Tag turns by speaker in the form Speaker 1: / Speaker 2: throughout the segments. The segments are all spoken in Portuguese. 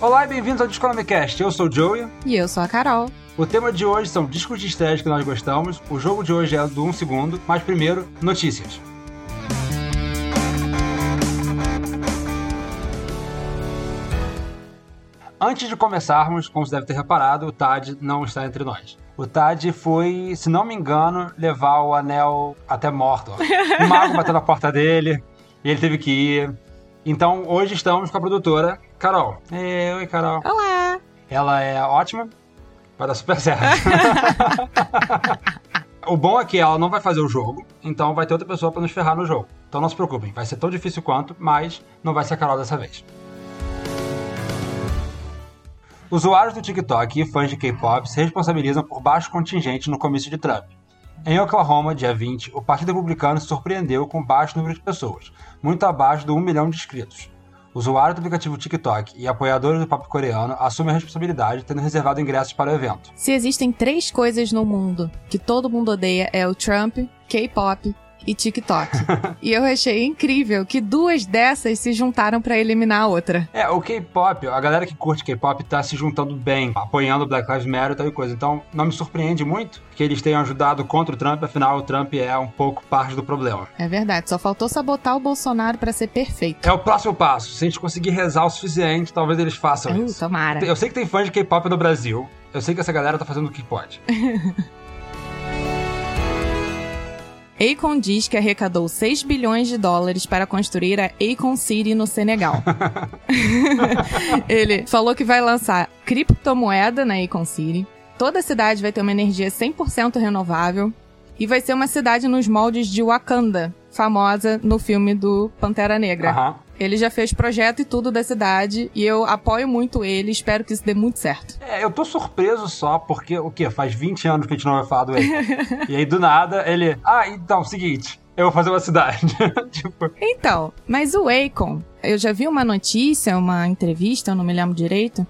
Speaker 1: Olá e bem-vindos ao Disconomicast. Eu sou o Joey.
Speaker 2: E eu sou a Carol.
Speaker 1: O tema de hoje são discos de estreia que nós gostamos. O jogo de hoje é do 1 um segundo, mas primeiro, notícias. Antes de começarmos, como você deve ter reparado, o Tad não está entre nós. O Tad foi, se não me engano, levar o anel até Mordor. O mago bateu na porta dele e ele teve que ir. Então, hoje estamos com a produtora Carol. Ê, Oi, Carol.
Speaker 2: Olá!
Speaker 1: Ela é ótima, vai dar super certo. o bom é que ela não vai fazer o jogo, então vai ter outra pessoa para nos ferrar no jogo. Então não se preocupem, vai ser tão difícil quanto, mas não vai ser a Carol dessa vez. Usuários do TikTok e fãs de K-pop se responsabilizam por baixo contingente no comício de Trump. Em Oklahoma, dia 20, o Partido Republicano se surpreendeu com baixo número de pessoas, muito abaixo do 1 milhão de inscritos. Usuários do aplicativo TikTok e apoiadores do papo coreano assumem a responsabilidade, tendo reservado ingressos para o evento.
Speaker 2: Se existem três coisas no mundo que todo mundo odeia é o Trump, K-pop e TikTok. e eu achei incrível que duas dessas se juntaram pra eliminar a outra.
Speaker 1: É, o K-pop, a galera que curte K-pop tá se juntando bem, apoiando o Black Lives Matter e tal e coisa. Então, não me surpreende muito que eles tenham ajudado contra o Trump, afinal, o Trump é um pouco parte do problema.
Speaker 2: É verdade, só faltou sabotar o Bolsonaro pra ser perfeito.
Speaker 1: É o próximo passo. Se a gente conseguir rezar o suficiente, talvez eles façam
Speaker 2: Uh,
Speaker 1: isso.
Speaker 2: tomara.
Speaker 1: Eu sei que tem fã de K-pop no Brasil. Eu sei que essa galera tá fazendo o que pode.
Speaker 2: Akon diz que arrecadou 6 bilhões de dólares para construir a Akon City no Senegal. Ele falou que vai lançar criptomoeda na Akon City. Toda a cidade vai ter uma energia 100% renovável. E vai ser uma cidade nos moldes de Wakanda, famosa no filme do Pantera Negra.
Speaker 1: Aham.
Speaker 2: Ele já fez projeto e tudo da cidade e eu apoio muito ele, espero que isso dê muito certo.
Speaker 1: É, eu tô surpreso só porque, o quê? Faz 20 anos que a gente não vai falar do ele. e aí, do nada, ele... Ah, então, seguinte. Eu vou fazer uma cidade. tipo...
Speaker 2: Então, mas o Akon, eu já vi uma notícia, uma entrevista, eu não me lembro direito,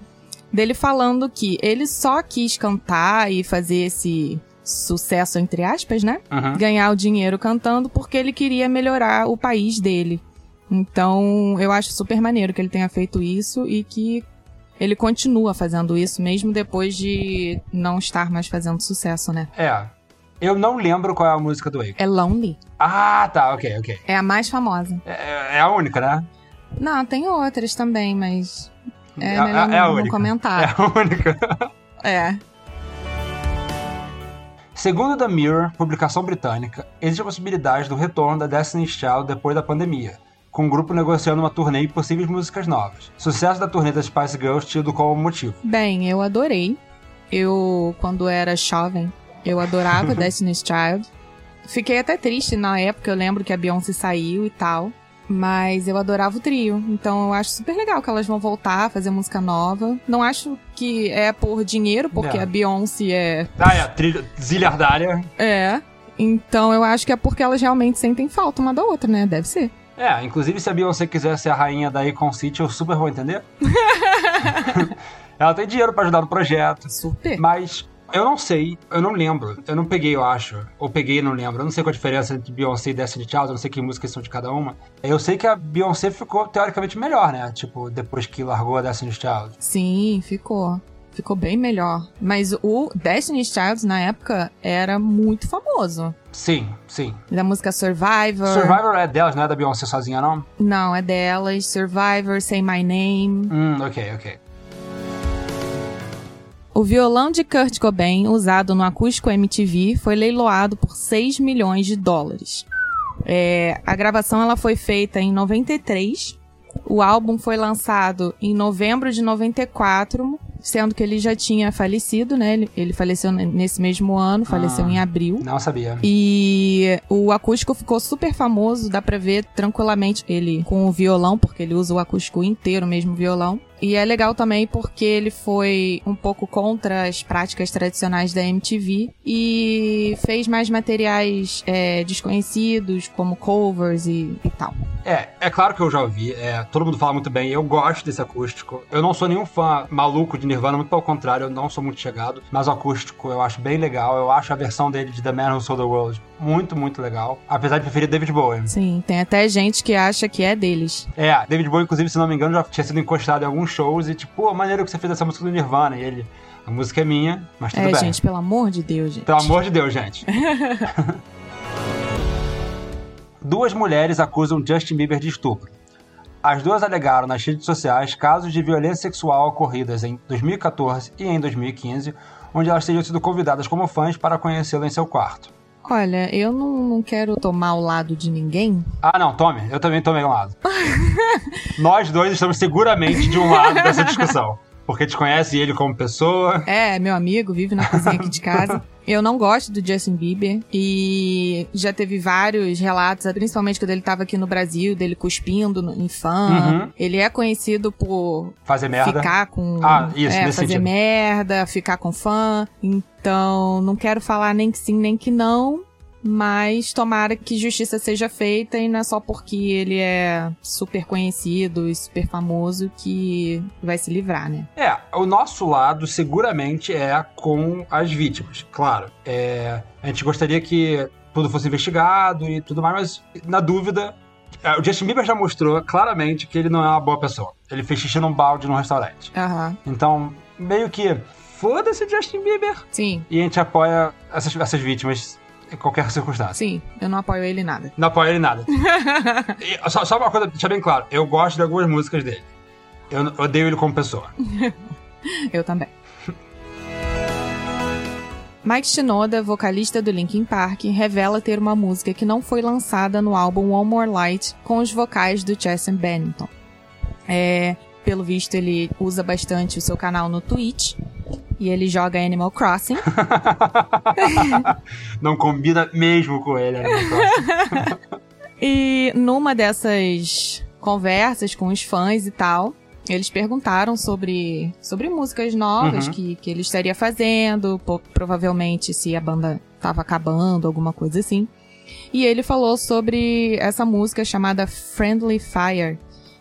Speaker 2: dele falando que ele só quis cantar e fazer esse sucesso entre aspas, né?
Speaker 1: Uhum.
Speaker 2: ganhar o dinheiro cantando porque ele queria melhorar o país dele. Então, eu acho super maneiro que ele tenha feito isso e que ele continua fazendo isso mesmo depois de não estar mais fazendo sucesso, né?
Speaker 1: É. Eu não lembro qual é a música do Akon.
Speaker 2: É Lonely.
Speaker 1: Ah, tá, ok, ok.
Speaker 2: É a mais famosa.
Speaker 1: É, é a única, né?
Speaker 2: Não, tem outras também, mas é,
Speaker 1: a-
Speaker 2: melhor
Speaker 1: é a
Speaker 2: não- não
Speaker 1: única. É
Speaker 2: comentar.
Speaker 1: a única.
Speaker 2: É.
Speaker 1: Segundo The Mirror, publicação britânica, existe a possibilidade do retorno da Destiny's Child depois da pandemia, com o grupo negociando uma turnê e possíveis músicas novas. Sucesso da turnê das Spice Girls tido como motivo.
Speaker 2: Bem, eu adorei. Eu, quando era jovem, eu adorava Destiny's Child. Fiquei até triste na época, eu lembro que a Beyoncé saiu e tal. Mas eu adorava o trio, então eu acho super legal que elas vão voltar, fazer música nova. Não acho que é por dinheiro, porque
Speaker 1: Não.
Speaker 2: a Beyoncé é.
Speaker 1: Ah, é, trilha zilhardária.
Speaker 2: É. Então eu acho que é porque elas realmente sentem falta uma da outra, né? Deve ser.
Speaker 1: É, inclusive se a Beyoncé quiser ser a rainha da Icon City, eu super vou entender. Ela tem dinheiro pra ajudar no projeto.
Speaker 2: Super.
Speaker 1: Mas eu não sei, eu não lembro. Eu não peguei, eu acho. Ou peguei, não lembro. Eu não sei qual a diferença entre Beyoncé e Destiny Child, eu não sei que músicas são de cada uma. Eu sei que a Beyoncé ficou teoricamente melhor, né? Tipo, depois que largou a Destiny Child.
Speaker 2: Sim, ficou. Ficou bem melhor. Mas o Destiny's Child, na época, era muito famoso.
Speaker 1: Sim, sim.
Speaker 2: Da música Survivor.
Speaker 1: Survivor é delas, não é da Beyoncé sozinha, não?
Speaker 2: Não, é delas. Survivor, Say My Name.
Speaker 1: Hum, ok, ok.
Speaker 2: O violão de Kurt Cobain, usado no acústico MTV, foi leiloado por 6 milhões de dólares. É, a gravação ela foi feita em 93. O álbum foi lançado em novembro de 94, sendo que ele já tinha falecido, né? Ele, ele faleceu n- nesse mesmo ano, faleceu
Speaker 1: Ah.
Speaker 2: em abril.
Speaker 1: Não sabia.
Speaker 2: E o acústico ficou super famoso, dá pra ver tranquilamente ele com o violão, porque ele usa o acústico inteiro, mesmo o violão. E é legal também porque ele foi um pouco contra as práticas tradicionais da MTV e fez mais materiais é, desconhecidos, como covers e, e tal.
Speaker 1: É, é claro que eu já ouvi, é, todo mundo fala muito bem, eu gosto desse acústico. Eu não sou nenhum fã maluco de Nirvana, muito pelo contrário, eu não sou muito chegado, mas o acústico eu acho bem legal, eu acho a versão dele de The Man Who Sold the World muito, muito legal, apesar de preferir David Bowie.
Speaker 2: Sim, tem até gente que acha que é deles.
Speaker 1: É, David Bowie, inclusive, se não me engano, já tinha sido encostado em alguns nos shows e tipo, pô, maneiro que você fez essa música do Nirvana. E ele, a música é minha, mas tudo
Speaker 2: é,
Speaker 1: bem.
Speaker 2: gente, pelo amor de Deus, gente.
Speaker 1: Pelo amor de Deus, gente. duas mulheres acusam Justin Bieber de estupro. As duas alegaram nas redes sociais casos de violência sexual ocorridas em 2014 e em 2015, onde elas teriam sido convidadas como fãs para conhecê-lo em seu quarto.
Speaker 2: Olha, eu não, não quero tomar o lado de ninguém.
Speaker 1: Ah, não, tome. Eu também tomei um lado. Nós dois estamos seguramente de um lado dessa discussão. Porque desconhece ele como pessoa.
Speaker 2: É, meu amigo, vive na cozinha aqui de casa. Eu não gosto do Justin Bieber e já teve vários relatos, principalmente quando ele tava aqui no Brasil, dele cuspindo no- em fã.
Speaker 1: Uhum.
Speaker 2: Ele é conhecido por
Speaker 1: Fazer merda.
Speaker 2: ficar com.
Speaker 1: Ah, isso,
Speaker 2: é,
Speaker 1: nesse
Speaker 2: fazer
Speaker 1: sentido.
Speaker 2: merda, ficar com fã. Então, não quero falar nem que sim, nem que não. Mas tomara que justiça seja feita e não é só porque ele é super conhecido e super famoso que vai se livrar, né?
Speaker 1: É, o nosso lado seguramente é com as vítimas, claro. É, a gente gostaria que tudo fosse investigado e tudo mais, mas na dúvida, é, o Justin Bieber já mostrou claramente que ele não é uma boa pessoa. Ele fez xixi num balde num restaurante.
Speaker 2: Aham.
Speaker 1: Então, meio que foda-se o Justin Bieber.
Speaker 2: Sim,
Speaker 1: E a gente apoia essas, essas vítimas em qualquer circunstância.
Speaker 2: sim. Eu não apoio ele em nada.
Speaker 1: Não apoia ele em nada. E só, só uma coisa, deixar bem claro, eu gosto de algumas músicas dele. Eu n- odeio ele como pessoa.
Speaker 2: Eu também. Mike Shinoda, vocalista do Linkin Park, revela ter uma música que não foi lançada no álbum One More Light com os vocais do Chesson Bennington. É, pelo visto, ele usa bastante o seu canal no Twitch e ele joga Animal Crossing.
Speaker 1: Não combina mesmo com ele. Né?
Speaker 2: E numa dessas conversas com os fãs e tal, eles perguntaram sobre, sobre músicas novas
Speaker 1: Uhum.
Speaker 2: que, que ele estaria fazendo, po- provavelmente se a banda estava acabando, alguma coisa assim. E ele falou sobre essa música chamada Friendly Fire,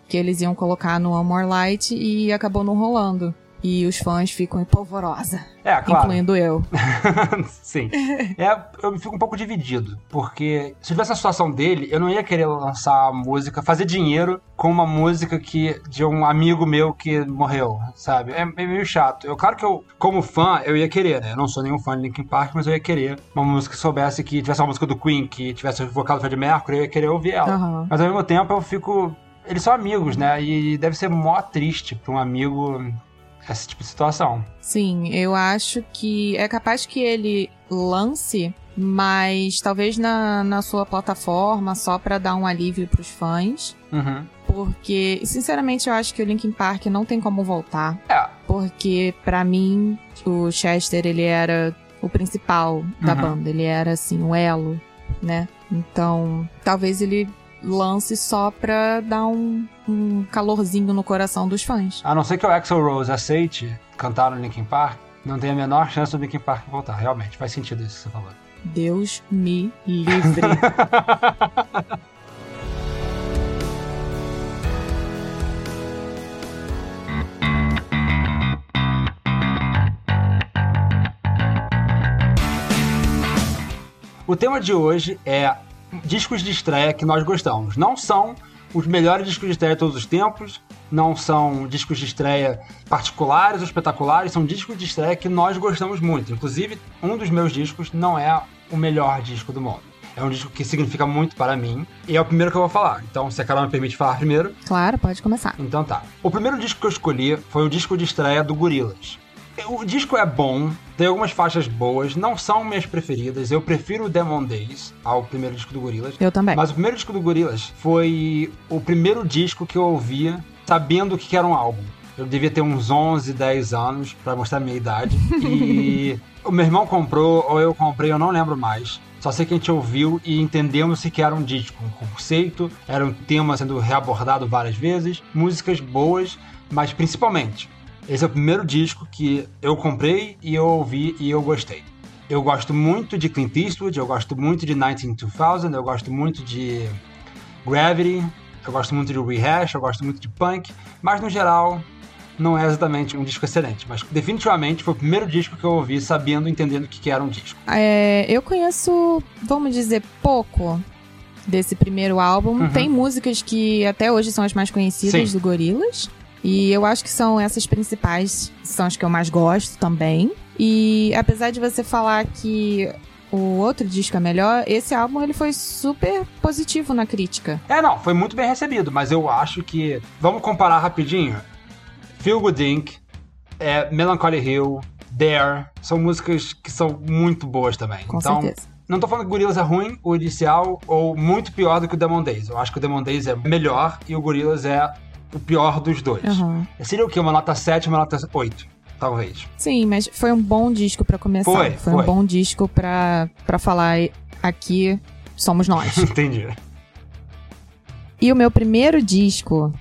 Speaker 2: que eles iam colocar no One More Light e acabou não rolando. E os fãs ficam em polvorosa,
Speaker 1: É, claro.
Speaker 2: incluindo eu.
Speaker 1: Sim. É, eu fico um pouco dividido, porque se eu tivesse a situação dele, eu não ia querer lançar a música, fazer dinheiro com uma música que de um amigo meu que morreu, sabe? É, é meio chato. Eu, claro que eu, como fã, eu ia querer, né? Eu não sou nenhum fã de Linkin Park, mas eu ia querer uma música que soubesse que tivesse uma música do Queen, que tivesse o vocal do Fred Mercury, eu ia querer ouvir ela.
Speaker 2: Aham.
Speaker 1: Mas ao mesmo tempo eu fico. Eles são amigos, né? E deve ser mó triste pra um amigo esse tipo de situação.
Speaker 2: Sim, eu acho que é capaz que ele lance, mas talvez na, na sua plataforma, só pra dar um alívio pros fãs.
Speaker 1: Uhum.
Speaker 2: Porque, sinceramente, eu acho que o Linkin Park não tem como voltar.
Speaker 1: É.
Speaker 2: Porque, pra mim, o Chester, ele era o principal da
Speaker 1: Uhum.
Speaker 2: banda. Ele era, assim, o elo, né? Então, talvez ele lance só pra dar um, um calorzinho no coração dos fãs.
Speaker 1: A não ser que o Axel Rose aceite cantar no Linkin Park, não tem a menor chance do Linkin Park voltar. Realmente, faz sentido isso que você falou.
Speaker 2: Deus me livre.
Speaker 1: O tema de hoje é discos de estreia que nós gostamos. Não são os melhores discos de estreia de todos os tempos, não são discos de estreia particulares ou espetaculares, são discos de estreia que nós gostamos muito. Inclusive, um dos meus discos não é o melhor disco do mundo. É um disco que significa muito para mim e é o primeiro que eu vou falar. Então, se a Carol me permite falar primeiro,
Speaker 2: Claro, pode começar.
Speaker 1: Então tá. O primeiro disco que eu escolhi foi o disco de estreia do Gorillaz. O disco é bom, tem algumas faixas boas, não são minhas preferidas. Eu prefiro o Demon Days ao primeiro disco do Gorillaz.
Speaker 2: Eu também.
Speaker 1: Mas o primeiro disco do Gorillaz foi o primeiro disco que eu ouvia sabendo o que era um álbum. Eu devia ter uns 11, 10 anos pra mostrar a minha idade. E o meu irmão comprou, ou eu comprei, eu não lembro mais. Só sei que a gente ouviu e entendemos se que era um disco, um conceito, era um tema sendo reabordado várias vezes, músicas boas, mas principalmente, esse é o primeiro disco que eu comprei e eu ouvi e eu gostei. Eu gosto muito de Clint Eastwood, eu gosto muito de 19200, eu gosto muito de Gravity, eu gosto muito de Rehash, eu gosto muito de Punk, mas no geral não é exatamente um disco excelente, mas definitivamente foi o primeiro disco que eu ouvi sabendo, entendendo o que que era um disco.
Speaker 2: É, eu conheço, vamos dizer, pouco desse primeiro álbum.
Speaker 1: Uhum.
Speaker 2: Tem músicas que até hoje são as mais conhecidas
Speaker 1: Sim.
Speaker 2: do Gorillaz. E eu acho que são essas principais, são as que eu mais gosto também. E apesar de você falar que o outro disco é melhor, esse álbum ele foi super positivo na crítica.
Speaker 1: É, não, foi muito bem recebido, mas eu acho que. Vamos comparar rapidinho? Feel Good Inc., é, Melancholy Hill, Dare, são músicas que são muito boas também.
Speaker 2: Com
Speaker 1: então,
Speaker 2: certeza.
Speaker 1: não tô falando que Gorillaz é ruim, o inicial, ou muito pior do que o Demon Days. Eu acho que o Demon Days é melhor e o Gorillaz é o pior dos dois. É,
Speaker 2: Aham.
Speaker 1: Seria o quê? Uma nota 7, uma nota 8, talvez.
Speaker 2: Sim, mas foi um bom disco pra começar.
Speaker 1: Foi, foi.
Speaker 2: um bom disco pra, pra falar "E- aqui somos nós.
Speaker 1: Entendi.
Speaker 2: e o meu primeiro disco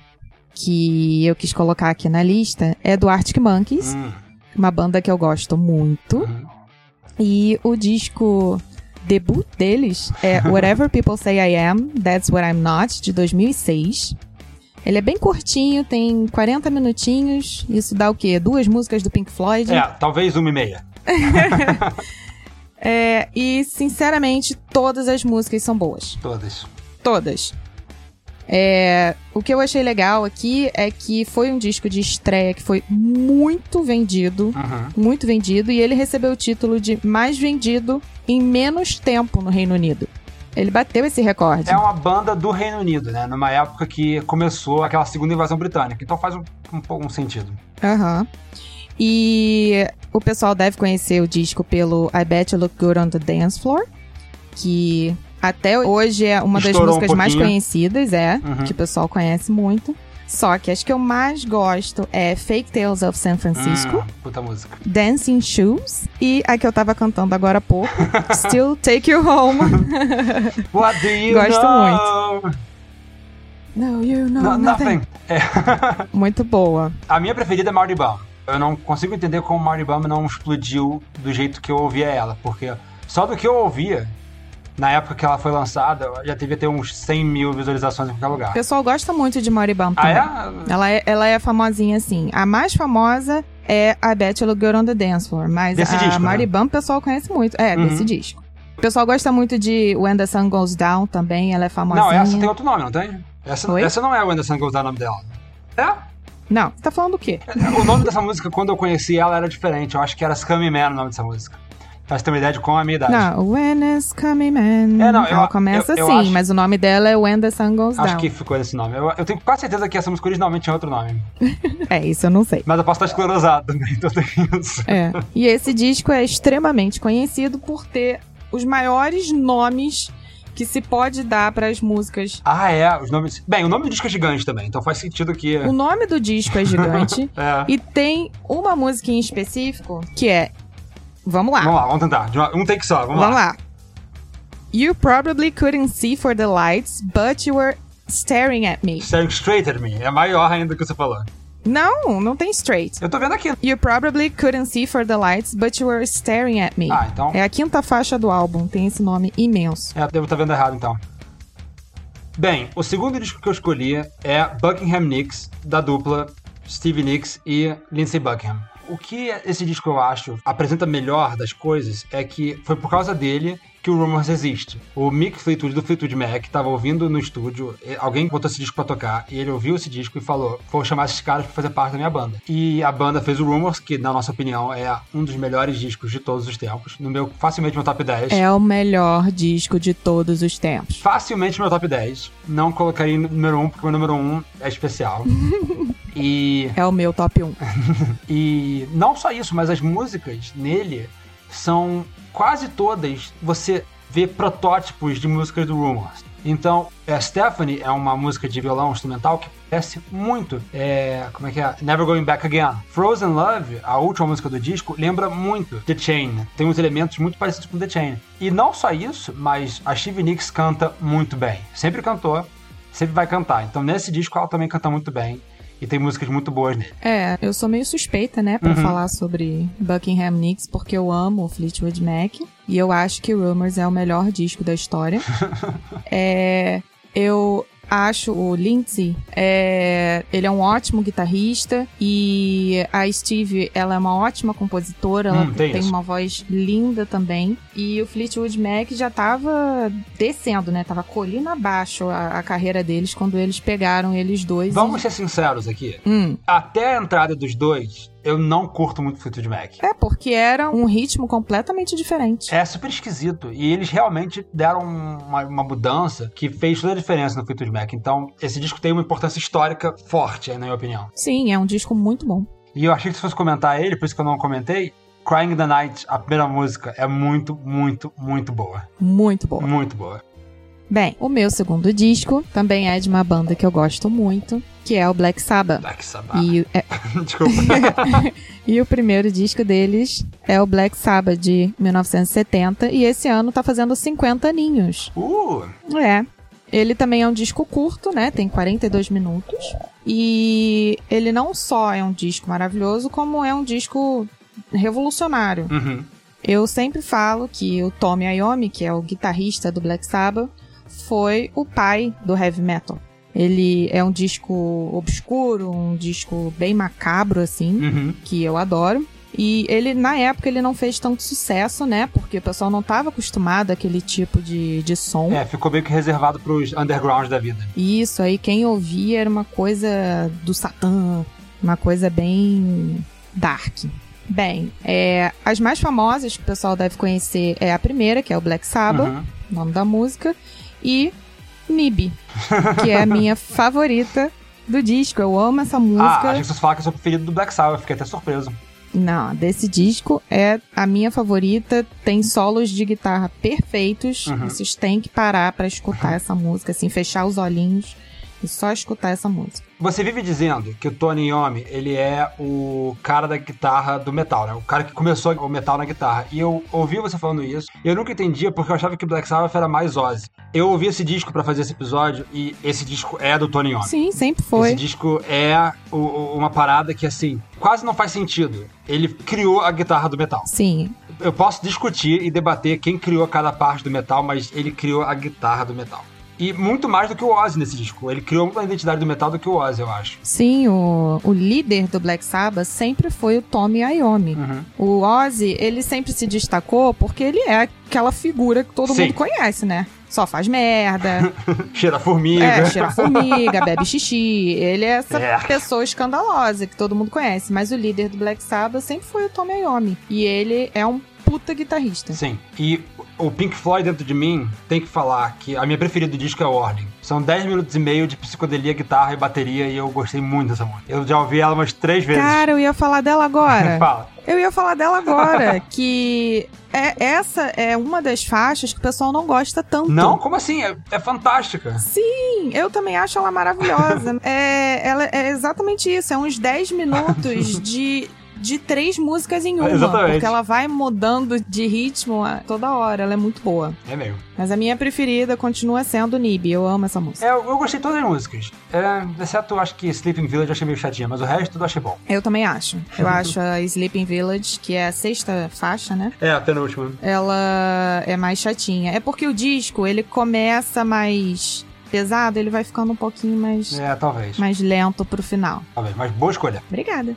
Speaker 2: que eu quis colocar aqui na lista é do Arctic Monkeys,
Speaker 1: Hum,
Speaker 2: uma banda que eu gosto muito.
Speaker 1: hum.
Speaker 2: E o disco debut deles é Whatever People Say I Am, That's What I'm Not, de 2006. Ele é bem curtinho, tem 40 minutinhos. Isso dá o quê? Duas músicas do Pink Floyd. né?
Speaker 1: É, talvez uma e meia.
Speaker 2: É, e, sinceramente, todas as músicas são boas.
Speaker 1: Todas.
Speaker 2: Todas. É, o que eu achei legal aqui é que foi um disco de estreia que foi muito vendido.
Speaker 1: Uhum.
Speaker 2: Muito vendido. E ele recebeu o título de mais vendido em menos tempo no Reino Unido. Ele bateu esse recorde.
Speaker 1: É uma banda do Reino Unido, né? Numa época que começou aquela segunda invasão britânica. Então faz um, um, pouco um sentido.
Speaker 2: Aham. E o pessoal deve conhecer o disco pelo I Bet You Look Good on the Dance Floor, que até hoje é uma das
Speaker 1: Estourou um
Speaker 2: músicas mais
Speaker 1: pouquinho.
Speaker 2: conhecidas, é,
Speaker 1: Uhum.
Speaker 2: que o pessoal conhece muito. Só que as que eu mais gosto é Fake Tales of San Francisco,
Speaker 1: Hum, puta música.
Speaker 2: Dancing Shoes e a que eu tava cantando agora há pouco, Still Take You Home.
Speaker 1: What do you
Speaker 2: Gosto
Speaker 1: know?
Speaker 2: No, you know
Speaker 1: No-
Speaker 2: nothing.
Speaker 1: nothing.
Speaker 2: Muito boa.
Speaker 1: A minha preferida é Marty Bum. Eu não consigo entender como Marty Bum não explodiu do jeito que eu ouvia ela, porque só do que eu ouvia, na época que ela foi lançada, já devia ter uns 100 mil visualizações em qualquer
Speaker 2: O
Speaker 1: lugar.
Speaker 2: pessoal gosta muito de Moribam
Speaker 1: Ah,
Speaker 2: também.
Speaker 1: é?
Speaker 2: Ela é, ela é famosinha, assim. A mais famosa é a Bachelor Girl on the Dance Floor. Mas
Speaker 1: Desse
Speaker 2: a
Speaker 1: disco, né?
Speaker 2: Maribam o pessoal conhece muito. É,
Speaker 1: Uhum.
Speaker 2: desse disco. O pessoal gosta muito de When the Sun Goes Down também. Ela é famosinha.
Speaker 1: Não, essa tem um outro nome, não tem? Essa,
Speaker 2: Oi?
Speaker 1: essa não é o Anderson Goes Down, o nome dela. É?
Speaker 2: Não, você tá falando do quê?
Speaker 1: O nome dessa música, quando eu conheci ela, era diferente. Eu acho que era Scummy Man o nome dessa música. Pra você ter uma ideia de qual é a minha idade.
Speaker 2: Não, When is Coming Man.
Speaker 1: É, não, eu-
Speaker 2: Ela começa
Speaker 1: eu- eu
Speaker 2: assim,
Speaker 1: acho-
Speaker 2: mas o nome dela é When the Sun Goes
Speaker 1: Acho
Speaker 2: Down.
Speaker 1: que ficou esse nome. Eu, eu tenho quase certeza que essa música originalmente tinha outro nome.
Speaker 2: É, isso eu não sei.
Speaker 1: Mas eu posso estar esclerosado também, então tem isso.
Speaker 2: É. E esse disco é extremamente conhecido por ter os maiores nomes que se pode dar para as músicas
Speaker 1: Ah, é, os nomes. Bem, o nome do disco é gigante também, então faz sentido que.
Speaker 2: O nome do disco é gigante
Speaker 1: É.
Speaker 2: e tem uma música em específico que é. Vamos lá.
Speaker 1: Vamos lá, vamos tentar. De uma- Um take só, vamos,
Speaker 2: Vamos lá. You probably couldn't see for the lights, but you were staring at me.
Speaker 1: Staring straight at me. É maior ainda do que você falou.
Speaker 2: Não, não tem straight.
Speaker 1: Eu tô vendo aqui.
Speaker 2: You probably couldn't see for the lights, but you were staring at me.
Speaker 1: Ah, então.
Speaker 2: É a quinta faixa do álbum, tem esse nome imenso.
Speaker 1: É, devo estar vendo errado então. Bem, o segundo disco que eu escolhi é Buckingham Nicks, da dupla Steve Nicks e Lindsey Buckingham. O que esse disco eu acho apresenta melhor das coisas é que foi por causa dele que o Rumors existe. O Mick Fleetwood do Fleetwood Mac estava ouvindo no estúdio, e- alguém botou esse disco pra tocar e ele ouviu esse disco e falou: "Vou chamar esses caras pra fazer parte da minha banda". E a banda fez o Rumors, que na nossa opinião é um dos melhores discos de todos os tempos, no meu facilmente meu top 10
Speaker 2: É o melhor disco de todos os tempos.
Speaker 1: facilmente meu top 10. Não colocaria no número 1, porque meu número 1 é especial. e,
Speaker 2: É o meu top 1.
Speaker 1: e não só isso, mas as músicas nele são quase todas. Você vê protótipos de músicas do Rumors. Então, é, Stephanie é uma música de violão instrumental que parece muito. é, como é que é? Never Going Back Again. Frozen Love, a última música do disco, lembra muito The Chain. Tem uns elementos muito parecidos com The Chain. E não só isso, mas a Stevie Nicks canta muito bem. Sempre cantou, sempre vai cantar. Então, nesse disco, ela também canta muito bem. E tem músicas muito boas nele.
Speaker 2: É, eu sou meio suspeita, né, pra
Speaker 1: Uhum.
Speaker 2: falar sobre Buckingham Nicks, porque eu amo o Fleetwood Mac e eu acho que Rumors é o melhor disco da história. é, eu acho o Lindsay, é, ele é um ótimo guitarrista e a Steve, ela é uma ótima compositora, ela
Speaker 1: Hum, tem
Speaker 2: tem
Speaker 1: isso.
Speaker 2: uma voz linda também. E o Fleetwood Mac já tava descendo, né? Tava colina abaixo a, a carreira deles quando eles pegaram eles dois. e-
Speaker 1: Vamos ser sinceros aqui.
Speaker 2: Hum.
Speaker 1: Até a entrada dos dois, eu não curto muito Fleetwood Mac.
Speaker 2: É, porque era um ritmo completamente diferente.
Speaker 1: É super esquisito. E eles realmente deram um, uma, uma mudança que fez toda a diferença no Fleetwood Mac. Então, esse disco tem uma importância histórica forte, na minha opinião.
Speaker 2: Sim, é um disco muito bom.
Speaker 1: E eu achei que se fosse comentar ele, por isso que eu não comentei. Crying in the Night, a primeira música, é muito, muito, muito boa.
Speaker 2: Muito bom.
Speaker 1: Muito boa.
Speaker 2: Bem, o meu segundo disco também é de uma banda que eu gosto muito, que é o Black Sabbath.
Speaker 1: Dark Sabbath.
Speaker 2: E, é,
Speaker 1: Desculpa.
Speaker 2: e o primeiro disco deles é o Black Sabbath de 1970, e esse ano tá fazendo 50 aninhos.
Speaker 1: Uh,
Speaker 2: É. Ele também é um disco curto, né? Tem 42 minutos. E ele não só é um disco maravilhoso, como é um disco revolucionário.
Speaker 1: uhum.
Speaker 2: Eu sempre falo que o Tommy Iommi, que é o guitarrista do Black Sabbath, foi o pai do heavy metal. Ele é um disco obscuro, um disco bem macabro assim,
Speaker 1: Uhum.
Speaker 2: que eu adoro. E ele na época ele não fez tanto sucesso, né? Porque o pessoal não estava acostumado àquele tipo de, de som.
Speaker 1: É, ficou meio que reservado pros undergrounds da vida.
Speaker 2: E isso aí quem ouvia era uma coisa do Satã, uma coisa bem dark. Bem, é, as mais famosas que o pessoal deve conhecer é a primeira, que é o Black Sabbath,
Speaker 1: Uhum.
Speaker 2: o nome da música, e Nib, que é a minha favorita do disco. Eu amo essa
Speaker 1: Ah,
Speaker 2: música.
Speaker 1: achei que você falar que eu sou preferido do Black Sabbath, fiquei até surpreso.
Speaker 2: Não, desse disco é a minha favorita. Tem solos de guitarra perfeitos.
Speaker 1: Uhum.
Speaker 2: Vocês têm que parar pra escutar essa música, assim, fechar os olhinhos e só escutar essa música.
Speaker 1: Você vive dizendo que o Tony Iommi, ele é o cara da guitarra do metal, né? O cara que começou o metal na guitarra. E eu ouvi você falando isso, e eu nunca entendia porque eu achava que Black Sabbath era mais Ozzy. Eu ouvi esse disco pra fazer esse episódio e esse disco é do Tony Iommi.
Speaker 2: Sim, sempre
Speaker 1: Esse
Speaker 2: foi.
Speaker 1: disco é o- o- uma parada que, assim, quase não faz sentido. Ele criou a guitarra do metal.
Speaker 2: Sim,
Speaker 1: Eu posso discutir e debater quem criou cada parte do metal, mas ele criou a guitarra do metal. E muito mais do que o Ozzy nesse disco. Ele criou muito a identidade do metal do que o Ozzy, eu acho.
Speaker 2: sim, o, o líder do Black Sabbath sempre foi o Tommy Iommi.
Speaker 1: Uhum.
Speaker 2: O Ozzy, ele sempre se destacou porque ele é aquela figura que todo
Speaker 1: Sim.
Speaker 2: mundo conhece, né? Só faz merda,
Speaker 1: Cheira a formiga.
Speaker 2: é, cheira formiga, bebe xixi. Ele é essa
Speaker 1: É.
Speaker 2: pessoa escandalosa que todo mundo conhece. Mas o líder do Black Sabbath sempre foi o Tommy Iommi. E ele é um puta guitarrista.
Speaker 1: Sim. E o Pink Floyd dentro de mim tem que falar que a minha preferida do disco é Warning. São 10 minutos e meio de psicodelia, guitarra e bateria e eu gostei muito dessa música. Eu já ouvi ela umas três vezes.
Speaker 2: Cara, eu ia falar dela agora.
Speaker 1: Fala.
Speaker 2: Eu ia falar dela agora, que é, essa é uma das faixas que o pessoal não gosta tanto.
Speaker 1: Não? Como assim? É, é fantástica.
Speaker 2: Sim, eu também acho ela maravilhosa. é, ela é exatamente isso, é uns 10 minutos de, de três músicas em uma.
Speaker 1: Exatamente.
Speaker 2: Porque ela vai mudando de ritmo a- toda hora, ela é muito boa.
Speaker 1: É mesmo.
Speaker 2: Mas a minha preferida continua sendo Nib, eu amo essa música.
Speaker 1: É, eu, eu gostei de todas as músicas. É, exceto, acho que Sleeping Village eu achei meio chatinha, mas o resto tudo eu achei bom.
Speaker 2: Eu também acho. Eu acho a Sleeping Village, que é a sexta faixa, né?
Speaker 1: É, a penúltima.
Speaker 2: Ela é mais chatinha. É porque o disco, ele começa mais pesado, ele vai ficando um pouquinho mais,
Speaker 1: É, talvez.
Speaker 2: mais lento pro final.
Speaker 1: Talvez, mas boa escolha.
Speaker 2: Obrigada.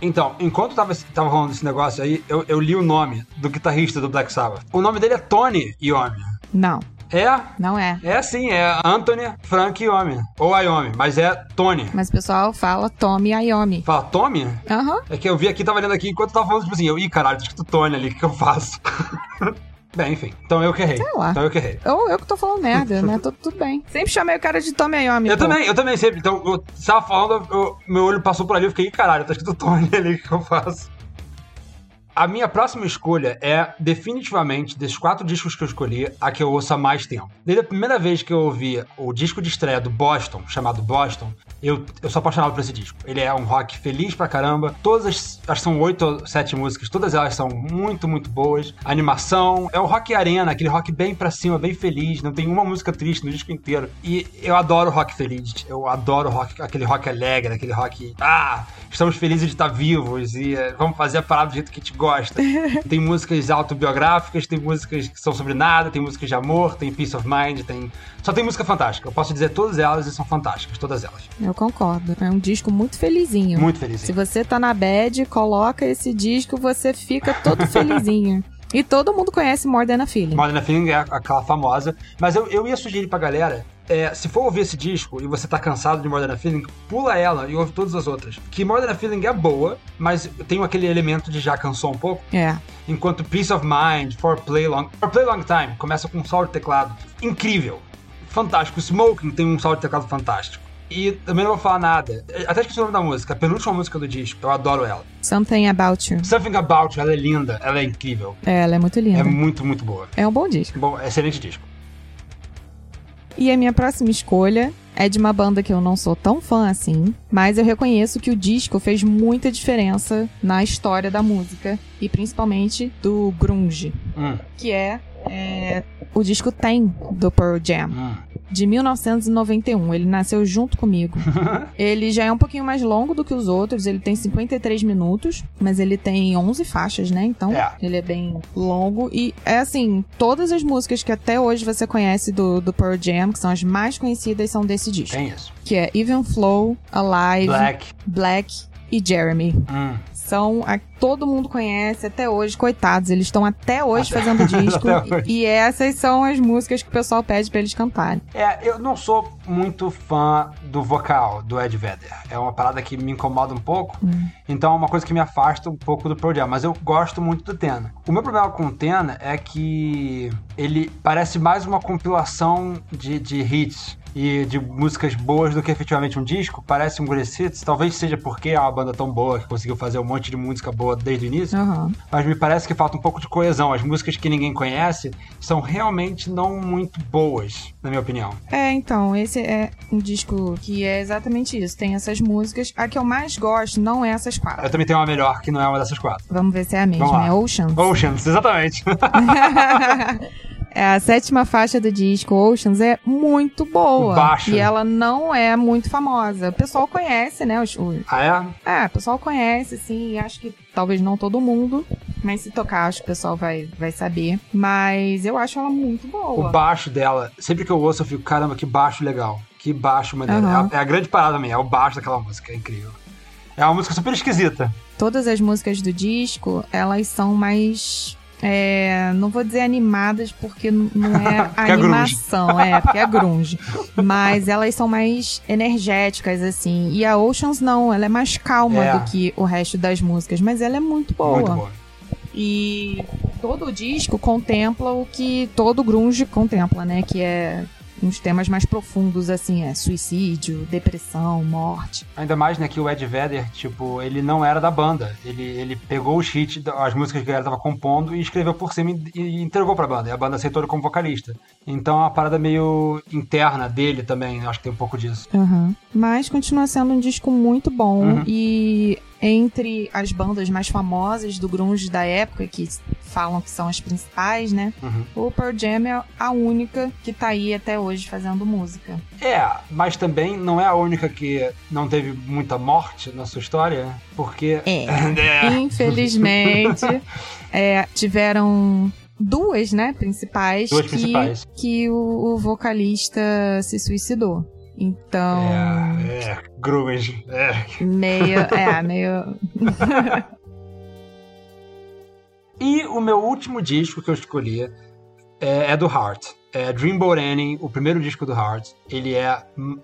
Speaker 1: Então, enquanto tava, tava rolando esse negócio aí, eu, eu li o nome do guitarrista do Black Sabbath. O nome dele é Tony Iommi.
Speaker 2: Não,
Speaker 1: É,
Speaker 2: não é.
Speaker 1: É sim, é Anthony Frank Iommi. Ou Iommi, mas é Tony.
Speaker 2: Mas o pessoal fala Tommy Iommi.
Speaker 1: Fala, Tommy?
Speaker 2: Aham.
Speaker 1: É que eu vi aqui, tava lendo aqui, enquanto tava falando, tipo assim, eu, ih, caralho, tá escrito Tony ali, o que que eu faço? Bem, enfim, então eu que errei.
Speaker 2: Sei lá.
Speaker 1: Então eu que errei.
Speaker 2: Ou eu que tô falando merda, né? Tô- tudo bem. Sempre chamei o cara de Tommy Iommi.
Speaker 1: Eu
Speaker 2: pô.
Speaker 1: também, eu também sempre. Então, eu tava falando, eu- meu olho passou por ali, eu fiquei, ih, caralho, tá escrito Tony ali, o que que eu faço? A minha próxima escolha é, definitivamente, desses quatro discos que eu escolhi, a que eu ouço há mais tempo. Desde a primeira vez que eu ouvi o disco de estreia do Boston, chamado Boston, Eu, eu sou apaixonado por esse disco. Ele é um rock feliz pra caramba. Todas, as, acho que são oito ou sete músicas, todas elas são muito, muito boas. A animação, é um rock arena, aquele rock bem pra cima, bem feliz. Não tem uma música triste no disco inteiro. E eu adoro rock feliz. Eu adoro rock, aquele rock alegre, aquele rock. Ah, estamos felizes de estar vivos e eh, vamos fazer a parada do jeito que a gente gosta. tem músicas autobiográficas, tem músicas que são sobre nada, tem músicas de amor, tem Peace of Mind, tem. Só tem música fantástica. Eu posso dizer todas elas e são fantásticas, todas elas.
Speaker 2: Eu concordo. É um disco muito felizinho.
Speaker 1: Muito feliz.
Speaker 2: Se você tá na bad, coloca esse disco, você fica todo felizinho. E todo mundo conhece More Than a Feeling.
Speaker 1: Modern Feeling é aquela famosa. Mas eu, eu ia sugerir pra galera. é, se for ouvir esse disco e você tá cansado de Modern Feeling, pula ela e ouve todas as outras. Que Modern Feeling é boa, mas tem aquele elemento de já cansou um pouco.
Speaker 2: É.
Speaker 1: Enquanto Peace of Mind, For Play Long, For Play Long Time começa com um solo de teclado incrível, fantástico. Smoking tem um solo de teclado fantástico. E também não vou falar nada. É, Até esqueci o nome da música, a penúltima música do disco, eu adoro ela.
Speaker 2: Something About You.
Speaker 1: Something About, You, ela é linda, ela é incrível.
Speaker 2: É, ela é muito
Speaker 1: É
Speaker 2: linda.
Speaker 1: muito, muito boa.
Speaker 2: É um bom disco.
Speaker 1: Bom, excelente disco.
Speaker 2: E a minha próxima escolha é de uma banda que eu não sou tão fã assim, mas eu reconheço que o disco fez muita diferença na história da música e principalmente do grunge,
Speaker 1: Hum,
Speaker 2: que é, é, o disco Tem do Pearl Jam
Speaker 1: hum.
Speaker 2: de 1991. Ele nasceu junto comigo. ele já é um pouquinho mais longo do que os outros. Ele tem 53 minutos, mas ele tem 11 faixas, né? Então
Speaker 1: É.
Speaker 2: ele é bem longo. E é assim: todas as músicas que até hoje você conhece do, do Pearl Jam, que são as mais conhecidas, são desse disco:
Speaker 1: Tem isso.
Speaker 2: que é Even Flow, Alive, Black,
Speaker 1: Black.
Speaker 2: e Jeremy.
Speaker 1: Hum.
Speaker 2: São a, todo mundo conhece até hoje, coitados, eles estão até hoje fazendo disco.
Speaker 1: Até hoje.
Speaker 2: E essas são as músicas que o pessoal pede pra eles cantarem.
Speaker 1: É, eu não sou muito fã do vocal do Ed Vedder. É uma parada que me incomoda um pouco. Então é uma coisa que me afasta um pouco do Pearl Jam. Mas eu gosto muito do Tena. O meu problema com o Tena é que ele parece mais uma compilação de, de hits e de músicas boas do que efetivamente um disco. Parece um Greatest Hits. Talvez seja porque é uma banda tão boa que conseguiu fazer um monte de música boa desde o início
Speaker 2: Aham.
Speaker 1: mas me parece que falta um pouco de coesão. As músicas que ninguém conhece são realmente não muito boas, na minha opinião.
Speaker 2: É, então, esse é um disco que é exatamente isso. Tem essas músicas. A que eu mais gosto não é essas quatro.
Speaker 1: Eu também tenho uma melhor, que não é uma dessas quatro.
Speaker 2: Vamos ver se é a
Speaker 1: Vamos
Speaker 2: mesma.
Speaker 1: lá.
Speaker 2: É Oceans.
Speaker 1: Oceans, exatamente.
Speaker 2: é a sétima faixa do disco Oceans é muito boa.
Speaker 1: Baixa.
Speaker 2: E ela não é muito famosa. O pessoal conhece, né? Os, os-
Speaker 1: ah, é?
Speaker 2: É, o pessoal conhece, sim. e Acho que talvez não todo mundo. Mas se tocar, acho que o pessoal vai, vai saber. Mas eu acho ela muito
Speaker 1: O
Speaker 2: boa.
Speaker 1: baixo dela, sempre que eu ouço, eu fico, caramba, que baixo legal. Que baixo maneiro.
Speaker 2: Aham.
Speaker 1: É, a, é a grande parada minha, é o baixo daquela música, é incrível. É uma música super esquisita.
Speaker 2: todas as músicas do disco, elas são mais. é, não vou dizer animadas porque n- não é
Speaker 1: é grunge.
Speaker 2: animação, é, porque é grunge. Mas elas são mais energéticas, assim. E a Oceans não, ela é mais calma
Speaker 1: É.
Speaker 2: do que o resto das músicas, mas ela é muito boa.
Speaker 1: Muito boa.
Speaker 2: E todo o disco contempla o que todo grunge contempla, né? Que é uns temas mais profundos, assim, é suicídio, depressão, morte.
Speaker 1: Ainda mais, né, que o Ed Vedder, tipo, ele não era da banda. Ele, ele pegou os hits, da- as músicas que a galera tava compondo e escreveu por cima e, e entregou pra banda. E a banda aceitou ele como vocalista. Então é uma parada meio interna dele também, eu acho que tem um pouco disso.
Speaker 2: Aham. Mas continua sendo um disco muito bom.
Speaker 1: Uhum.
Speaker 2: E entre as bandas mais famosas do grunge da época, que falam que são as principais, né?
Speaker 1: Uhum.
Speaker 2: O Pearl Jam é a única que tá aí até hoje fazendo música.
Speaker 1: É, mas também não é a única que não teve muita morte na sua história, porque.
Speaker 2: É. Infelizmente, é, tiveram duas, né, principais.
Speaker 1: Duas
Speaker 2: que,
Speaker 1: principais.
Speaker 2: Que o, o vocalista se suicidou. Então,
Speaker 1: É, é, grunge. É.
Speaker 2: meio... É, meio...
Speaker 1: E o meu último disco que eu escolhi é, é do Heart. É Dreamboat Annie, o primeiro disco do Heart. Ele é.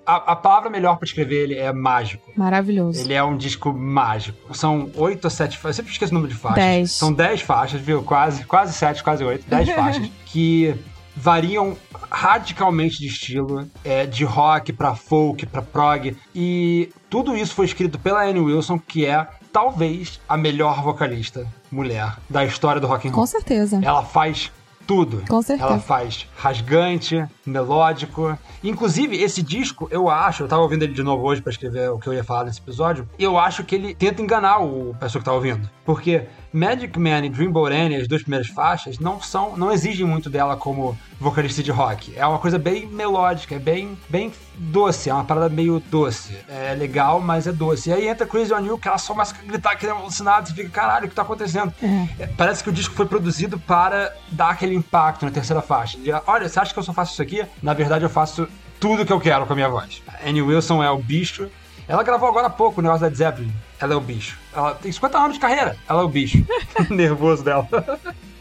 Speaker 1: A, a palavra melhor pra escrever ele é mágico.
Speaker 2: Maravilhoso.
Speaker 1: Ele é um disco mágico. São oito ou sete faixas. Eu sempre esqueço o número de faixas.
Speaker 2: Dez.
Speaker 1: São dez faixas, viu? Quase, quase sete, quase oito. Dez faixas. Que variam radicalmente de estilo. É, de rock pra folk, pra prog. E tudo isso foi escrito pela Anne Wilson, que é talvez a melhor vocalista mulher da história do rock and roll.
Speaker 2: Com certeza.
Speaker 1: Ela faz tudo.
Speaker 2: Com certeza.
Speaker 1: Ela faz rasgante, melódico. Inclusive, esse disco, eu acho, eu tava ouvindo ele de novo hoje pra escrever o que eu ia falar nesse episódio, eu acho que ele tenta enganar o pessoa que tá ouvindo. Porque Magic Man e Dreamboat Annie, as duas primeiras faixas, não são, não exigem muito dela como vocalista de rock. É uma coisa bem melódica, é bem, bem doce, é uma parada meio doce. É legal, mas é doce. E aí entra Crazy On You, que ela só começa a gritar que ele é um alucinado, você fica, caralho, o que tá acontecendo? É, Parece que o disco foi produzido para dar aquele impacto na terceira faixa. De, Olha, você acha que eu só faço isso aqui? Na verdade, eu faço tudo que eu quero com a minha voz. A Annie Wilson é o bicho. Ela gravou agora há pouco o negócio da Zeppelin. Ela é o bicho. Ela tem 50 anos de carreira. Ela é o bicho. Nervoso dela.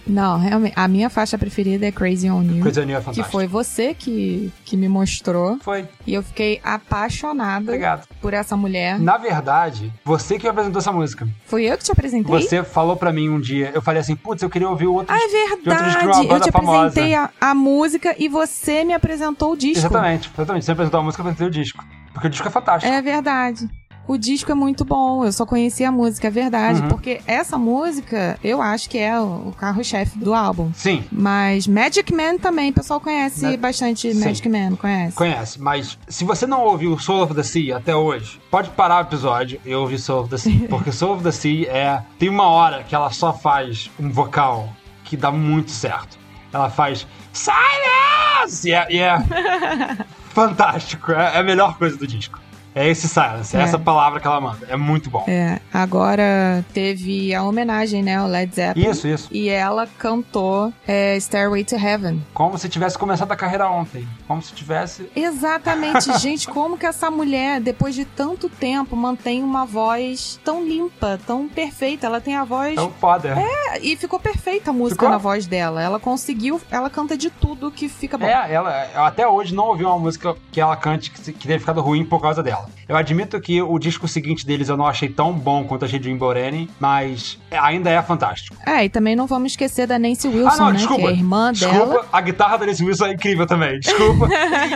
Speaker 2: Não, realmente, a minha faixa preferida é Crazy On You.
Speaker 1: Crazy On You é
Speaker 2: Que
Speaker 1: fantástica.
Speaker 2: foi você que, que me mostrou.
Speaker 1: Foi.
Speaker 2: E eu fiquei apaixonada
Speaker 1: Obrigado.
Speaker 2: por essa mulher.
Speaker 1: Na verdade, você que me apresentou essa música.
Speaker 2: Fui eu que te apresentei?
Speaker 1: Você falou pra mim um dia, eu falei assim, putz, eu queria ouvir o outro.
Speaker 2: Ah, é
Speaker 1: outro disco de uma
Speaker 2: verdade! Eu
Speaker 1: banda
Speaker 2: te
Speaker 1: famosa.
Speaker 2: apresentei a, a música e você me apresentou o disco.
Speaker 1: Exatamente, exatamente. Você apresentou a música, eu apresentei o disco. Porque o disco é fantástico.
Speaker 2: É verdade. O disco é muito bom, eu só conheci a música, é verdade.
Speaker 1: Uhum.
Speaker 2: Porque essa música, eu acho que é o o carro-chefe do álbum.
Speaker 1: Sim,
Speaker 2: Mas Magic Man também, o pessoal conhece
Speaker 1: Ma-
Speaker 2: bastante
Speaker 1: Sim.
Speaker 2: Magic Man, conhece?
Speaker 1: conhece. Mas se você não ouviu Soul of the Sea até hoje, pode parar o episódio e ouvir Soul of the Sea. Porque Soul of the Sea é. Tem uma hora que ela só faz um vocal que dá muito certo. Ela faz Silence! E é, e é fantástico. É, é a melhor coisa do disco. É esse silence, é,
Speaker 2: É.
Speaker 1: essa palavra que ela manda. É muito bom.
Speaker 2: É, agora teve a homenagem, né, ao Led Zeppelin.
Speaker 1: Isso, isso.
Speaker 2: E ela cantou é, Stairway to Heaven.
Speaker 1: Como se tivesse começado a carreira ontem. Como se tivesse.
Speaker 2: Exatamente, gente, como que essa mulher, depois de tanto tempo, mantém uma voz tão limpa, tão perfeita. Ela tem a voz. É,
Speaker 1: Tão foda.
Speaker 2: E ficou perfeita a música
Speaker 1: Então Ficou?
Speaker 2: na voz dela. Ela conseguiu, ela canta de tudo que fica bom.
Speaker 1: É, ela, eu até hoje não ouvi uma música que ela cante que, se- que tenha ficado ruim por causa dela. Eu admito que o disco seguinte deles eu não achei tão bom quanto achei de Imborene, mas ainda é fantástico.
Speaker 2: É, e também não vamos esquecer da Nancy Wilson,
Speaker 1: ah, não,
Speaker 2: né?
Speaker 1: desculpa.
Speaker 2: Que é a irmã
Speaker 1: desculpa,
Speaker 2: dela.
Speaker 1: a guitarra da Nancy Wilson é incrível também. Desculpa.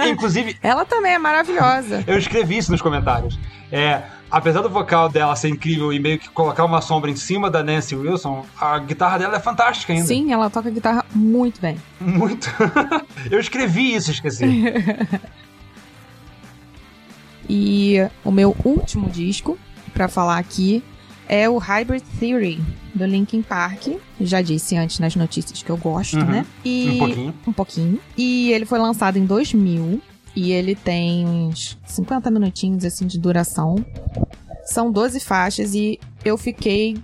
Speaker 1: Inclusive,
Speaker 2: Ela também é maravilhosa.
Speaker 1: eu escrevi isso nos comentários. É, apesar do vocal dela ser incrível e meio que colocar uma sombra em cima da Nancy Wilson, a guitarra dela é fantástica ainda.
Speaker 2: Sim, ela toca guitarra muito bem.
Speaker 1: Muito. eu escrevi isso, esqueci.
Speaker 2: E o meu último disco pra falar aqui é o Hybrid Theory do Linkin Park. Já disse antes nas notícias que eu gosto,
Speaker 1: Uhum.
Speaker 2: né? E
Speaker 1: Um pouquinho.
Speaker 2: um pouquinho. E ele foi lançado em 2000 e ele tem uns 50 minutinhos assim de duração. São 12 faixas e eu fiquei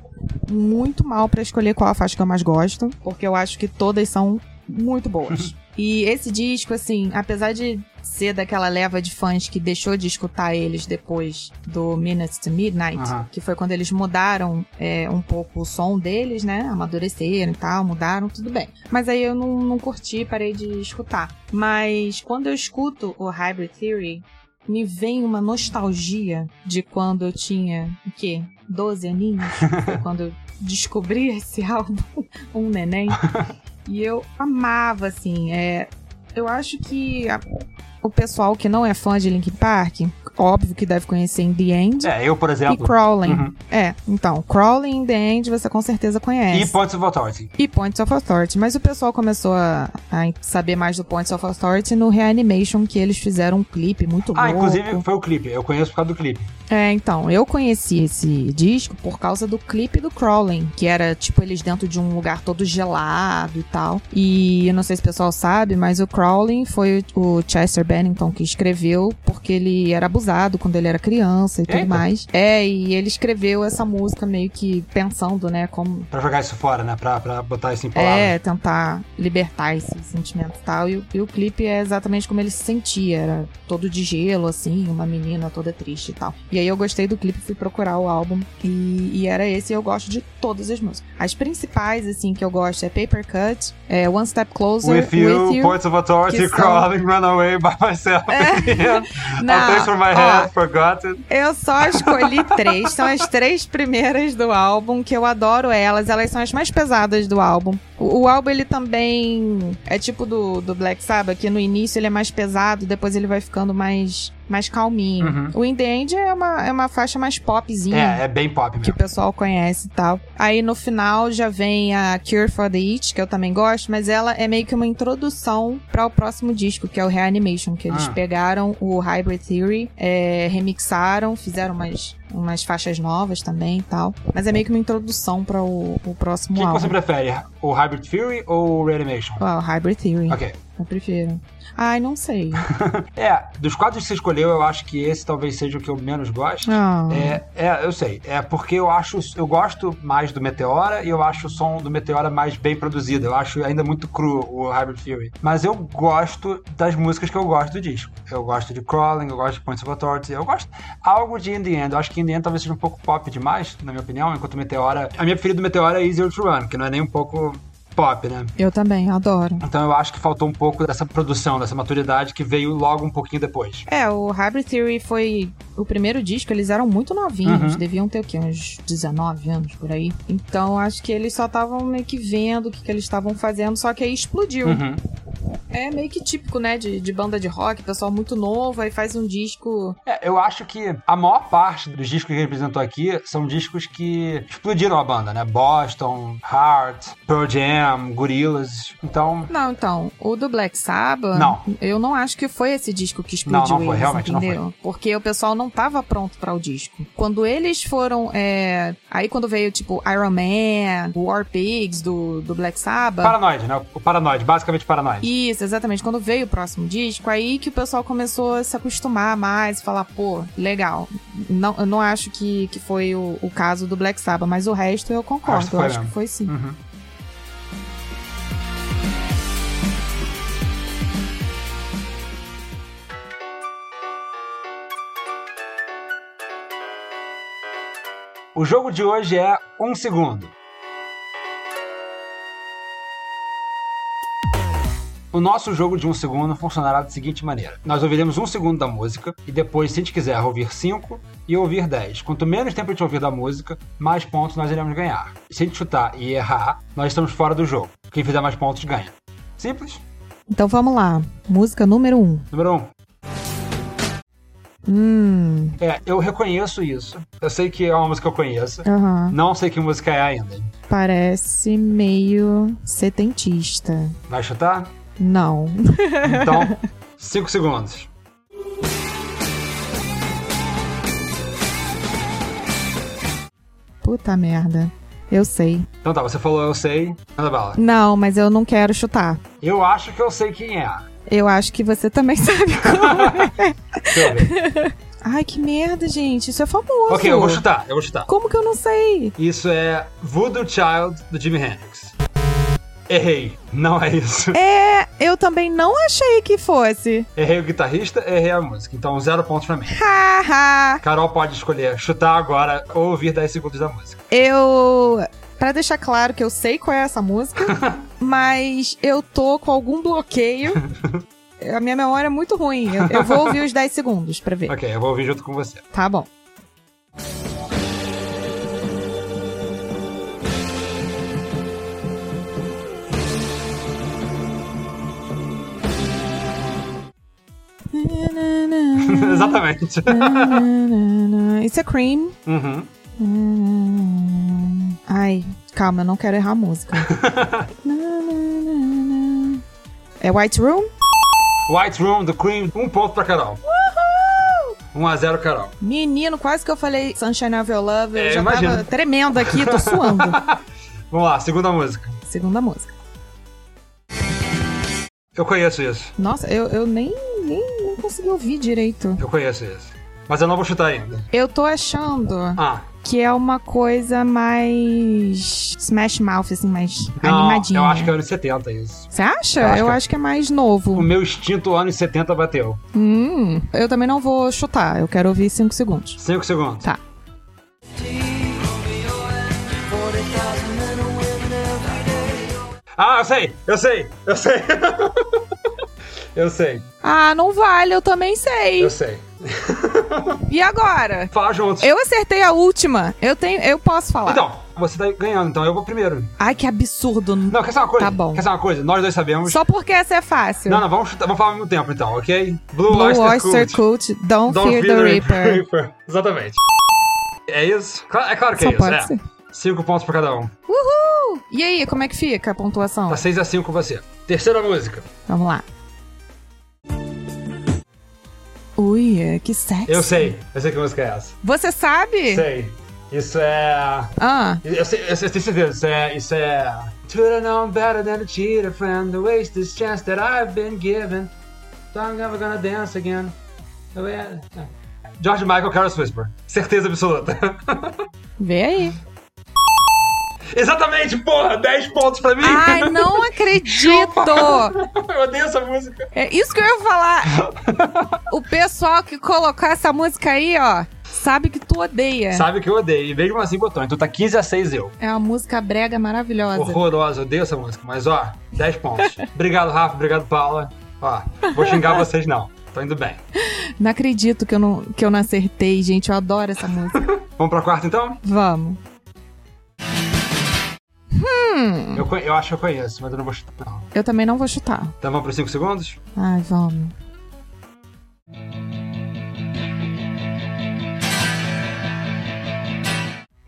Speaker 2: muito mal pra escolher qual a faixa que eu mais gosto, porque eu acho que todas são muito boas. e esse disco assim, apesar de ser daquela leva de fãs que deixou de escutar eles depois do Minutes to Midnight,
Speaker 1: Aham.
Speaker 2: que foi quando eles mudaram é, um pouco o som deles, né? Amadureceram e tal, mudaram, tudo bem. Mas aí eu não, não curti, parei de escutar. Mas quando eu escuto o Hybrid Theory, me vem uma nostalgia de quando eu tinha, o quê? 12 aninhos? Foi quando eu descobri esse álbum, um neném. E eu amava, assim, é... Eu acho que a- o pessoal que não é fã de Linkin Park, óbvio que deve conhecer In The End
Speaker 1: É, eu, por
Speaker 2: e
Speaker 1: exemplo.
Speaker 2: Crawling.
Speaker 1: Uhum.
Speaker 2: É, então, Crawling in the End você com certeza
Speaker 1: E
Speaker 2: conhece.
Speaker 1: Points of Authority.
Speaker 2: E, Points of Authority. Mas o pessoal começou a, a saber mais do Points of Authority no Reanimation, que eles fizeram um clipe muito
Speaker 1: Ah,
Speaker 2: louco.
Speaker 1: inclusive foi o clipe. Eu conheço por causa do clipe.
Speaker 2: É, então, eu conheci esse disco por causa do clipe do Crawling, que era, tipo, eles dentro de um lugar todo gelado e tal. E eu não sei se o pessoal sabe, mas o Crawling foi o o Chester Bennington que escreveu, porque ele era abusado quando ele era criança e tudo
Speaker 1: Eita.
Speaker 2: mais. É, e ele escreveu essa música meio que pensando, né, como
Speaker 1: Pra jogar isso fora, né? Pra, pra botar isso em palavras.
Speaker 2: é, tentar libertar esse sentimento e tal. E, o- e o clipe é exatamente como ele se sentia. Era todo de gelo, assim, uma menina toda triste e tal. E aí eu gostei do clipe, fui procurar o álbum. E, e era esse, e eu gosto de todas as músicas. As principais, assim, que eu gosto é Paper Cut, é One Step Closer,
Speaker 1: With you, Points of Authority,
Speaker 2: que são- É.
Speaker 1: Crawling, Runaway by Myself. again. A Place for My
Speaker 2: ó,
Speaker 1: Head, Forgotten.
Speaker 2: Eu só escolhi três. São as três primeiras do álbum, que eu adoro elas. Elas são as mais pesadas do álbum. O, o álbum, ele também é tipo do, do Black Sabbath, que no início ele é mais pesado, depois ele vai ficando mais, mais calminho.
Speaker 1: Uhum.
Speaker 2: O In The End é uma, é uma faixa mais popzinha.
Speaker 1: É, é bem pop
Speaker 2: Que
Speaker 1: mesmo.
Speaker 2: o pessoal conhece e tal. Aí no final já vem a Cure for the Itch, que eu também gosto, mas ela é meio que uma introdução para o próximo disco, que é o Reanimation, que eles
Speaker 1: Ah.
Speaker 2: pegaram o Hybrid Theory, é, remixaram, fizeram umas, umas faixas novas também e tal. Mas é meio que uma introdução para o, o
Speaker 1: O
Speaker 2: próximo
Speaker 1: que, que
Speaker 2: álbum.
Speaker 1: você prefere? O Hybrid Fury ou o Reanimation?
Speaker 2: Ah, o Hybrid Theory,
Speaker 1: Ok.
Speaker 2: eu prefiro. Ai, não sei.
Speaker 1: É, dos quadros que você escolheu, eu acho que esse talvez seja o que eu menos gosto.
Speaker 2: Ah,
Speaker 1: É, é, eu sei. É porque eu acho, eu gosto mais do Meteora e eu acho o som do Meteora mais bem produzido. Eu acho ainda muito cru o Hybrid Theory. Mas eu gosto das músicas que eu gosto do disco. Eu gosto de Crawling, eu gosto de Points of Authority, eu gosto algo de In The End. Eu acho que In The End talvez seja um pouco pop demais, na minha opinião, enquanto o Meteora... A minha preferida do Meteora é Easier To Run, que não é nem um pouco pop, né?
Speaker 2: Eu também, adoro.
Speaker 1: Então eu acho que faltou um pouco dessa produção, dessa maturidade que veio logo um pouquinho depois.
Speaker 2: É, o Hybrid Theory foi o primeiro disco, eles eram muito novinhos,
Speaker 1: Uhum.
Speaker 2: deviam ter o quê? Uns 19 anos por aí. Então acho que eles só estavam meio que vendo o que, que eles estavam fazendo, só que aí explodiu.
Speaker 1: Uhum.
Speaker 2: É meio que típico, né, de, de banda de rock, pessoal muito novo, aí faz um disco.
Speaker 1: É, eu acho que a maior parte dos discos que ele apresentou aqui são discos que explodiram a banda, né? Boston, Heart, Pearl Jam, Gorillaz. Então,
Speaker 2: Não, então, o do Black Sabbath,
Speaker 1: Não.
Speaker 2: eu não acho que foi esse disco que explodiu
Speaker 1: Não, não foi,
Speaker 2: eles,
Speaker 1: realmente não foi.
Speaker 2: entendeu? Porque o pessoal não tava pronto pra o disco. Quando eles foram, é... aí quando veio, tipo, Iron Man, War Pigs do, do Black Sabbath,
Speaker 1: Paranoid, né? O Paranoid, basicamente Paranoid.
Speaker 2: Isso, exatamente. Quando veio o próximo disco, aí que o pessoal começou a se acostumar mais e falar, pô, legal. Não, eu não acho que, que foi o, o caso do Black Sabbath, mas o resto eu concordo.
Speaker 1: Acho que
Speaker 2: eu
Speaker 1: foi
Speaker 2: acho
Speaker 1: mesmo.
Speaker 2: que foi sim.
Speaker 1: Uhum. O jogo de hoje é um segundo. O nosso jogo de um segundo funcionará da seguinte maneira: nós ouviremos um segundo da música e depois, se a gente quiser, ouvir cinco e ouvir dez. Quanto menos tempo a gente ouvir da música, mais pontos nós iremos ganhar. Se a gente chutar e errar, nós estamos fora do jogo. Quem fizer mais pontos ganha. Simples.
Speaker 2: Então vamos lá. Música número 1. Um.
Speaker 1: Número um.
Speaker 2: Hum.
Speaker 1: É, eu reconheço isso. Eu sei que é uma música que eu conheço.
Speaker 2: Aham.
Speaker 1: Não sei que música é ainda.
Speaker 2: Parece meio setentista.
Speaker 1: Vai chutar?
Speaker 2: Não.
Speaker 1: Então, 5 segundos.
Speaker 2: Puta merda. Eu sei.
Speaker 1: Então tá, você falou eu sei, manda bala.
Speaker 2: Não, mas eu não quero chutar.
Speaker 1: Eu acho que eu sei quem é.
Speaker 2: Eu acho que você também sabe como. é.
Speaker 1: Deixa eu ver.
Speaker 2: Ai, que merda, gente. Isso é famoso.
Speaker 1: ok, eu vou chutar, eu vou chutar.
Speaker 2: Como que eu não sei?
Speaker 1: Isso é Voodoo Child do Jimi Hendrix. Errei, não é isso.
Speaker 2: É, eu também não achei que fosse.
Speaker 1: Errei o guitarrista, errei a música. Então, zero pontos pra mim.
Speaker 2: Haha.
Speaker 1: Carol pode escolher chutar agora ou ouvir 10 segundos da música.
Speaker 2: eu. Pra deixar claro que eu sei qual é essa música, mas eu tô com algum bloqueio. A minha memória é muito ruim. Eu, eu vou ouvir os 10 segundos pra ver.
Speaker 1: Ok, eu vou ouvir junto com você.
Speaker 2: Tá bom.
Speaker 1: Exatamente.
Speaker 2: Isso é cream.
Speaker 1: Uhum.
Speaker 2: Hum. Ai, calma, eu não quero errar a música. É White Room?
Speaker 1: White Room do Cream, um ponto pra Carol. Uhul! 1 a 0 Carol.
Speaker 2: Menino, quase que eu falei Sunshine of Your Love. Eu
Speaker 1: É,
Speaker 2: já
Speaker 1: imagino.
Speaker 2: tava tremendo aqui, tô suando.
Speaker 1: Vamos lá, segunda música.
Speaker 2: Segunda música.
Speaker 1: Eu conheço isso,
Speaker 2: Nossa, eu, eu nem, nem, nem consegui ouvir direito.
Speaker 1: eu conheço isso. Mas eu não vou chutar ainda.
Speaker 2: Eu tô achando
Speaker 1: Ah,
Speaker 2: que é uma coisa mais Smash Mouth, assim, mais
Speaker 1: não,
Speaker 2: animadinha.
Speaker 1: eu acho que é anos 70 isso.
Speaker 2: Você acha?
Speaker 1: Eu Hum.
Speaker 2: Eu
Speaker 1: acho
Speaker 2: acho,
Speaker 1: que-
Speaker 2: que é mais
Speaker 1: O
Speaker 2: novo.
Speaker 1: meu instinto anos 70 bateu.
Speaker 2: Hum, eu também não vou chutar. Eu quero ouvir 5 segundos.
Speaker 1: 5 segundos.
Speaker 2: Tá.
Speaker 1: Ah, eu sei, eu sei, eu sei. eu sei,
Speaker 2: Ah, não vale, eu também sei.
Speaker 1: eu sei.
Speaker 2: E agora?
Speaker 1: Fala juntos.
Speaker 2: Eu acertei a última. Eu tenho, eu posso falar.
Speaker 1: Então, você tá ganhando, então eu vou primeiro.
Speaker 2: Ai, que absurdo.
Speaker 1: Não, quer saber uma coisa?
Speaker 2: Tá bom.
Speaker 1: Quer saber uma coisa? Nós dois sabemos.
Speaker 2: Só porque essa é fácil.
Speaker 1: Não, não, vamos, chutar- vamos falar ao mesmo tempo então, ok? Blue,
Speaker 2: Blue
Speaker 1: Oyster,
Speaker 2: Oyster
Speaker 1: Cult.
Speaker 2: Cult, Don't,
Speaker 1: Don't
Speaker 2: Fear the Reaper.
Speaker 1: Exatamente. É isso? Cla- É claro que
Speaker 2: Só
Speaker 1: é
Speaker 2: pode
Speaker 1: isso, é.
Speaker 2: ser.
Speaker 1: Cinco pontos pra cada um.
Speaker 2: Uhul! E aí, como é que fica a pontuação?
Speaker 1: Tá 6 a 5 com você. Terceira música.
Speaker 2: Vamos lá. Ui, é, que sexy.
Speaker 1: Eu sei. Eu sei que música é essa.
Speaker 2: Você sabe?
Speaker 1: Sei. Isso é...
Speaker 2: Ah,
Speaker 1: Eu, sei, eu, sei, eu tenho certeza, isso é. Isso é. Should have known better than to cheat a friend, to waste this chance that I've been given. So I'm never gonna dance again. The way I- George Michael Carlos Whisper. Certeza absoluta.
Speaker 2: vê aí.
Speaker 1: Exatamente, porra! 10 pontos pra mim!
Speaker 2: Ai, não acredito!
Speaker 1: Eu odeio essa música.
Speaker 2: É isso que eu ia falar. O pessoal que colocou essa música aí, ó, sabe que tu odeia.
Speaker 1: Sabe que eu odeio, e mesmo assim botou. Então tá 15 a 6 eu.
Speaker 2: É uma música brega maravilhosa.
Speaker 1: Horrorosa, eu odeio essa música. Mas ó, 10 pontos. obrigado, Rafa, obrigado, Paula. Ó, vou xingar vocês não. Tô indo bem.
Speaker 2: Não acredito que eu não, que eu não acertei, gente. Eu adoro essa música.
Speaker 1: Vamos pra quarta então?
Speaker 2: Vamos.
Speaker 1: Eu, conhe- eu acho que eu conheço, mas eu não vou chutar não.
Speaker 2: Eu também não vou chutar.
Speaker 1: Então vamos para 5 segundos?
Speaker 2: Ai, vamos.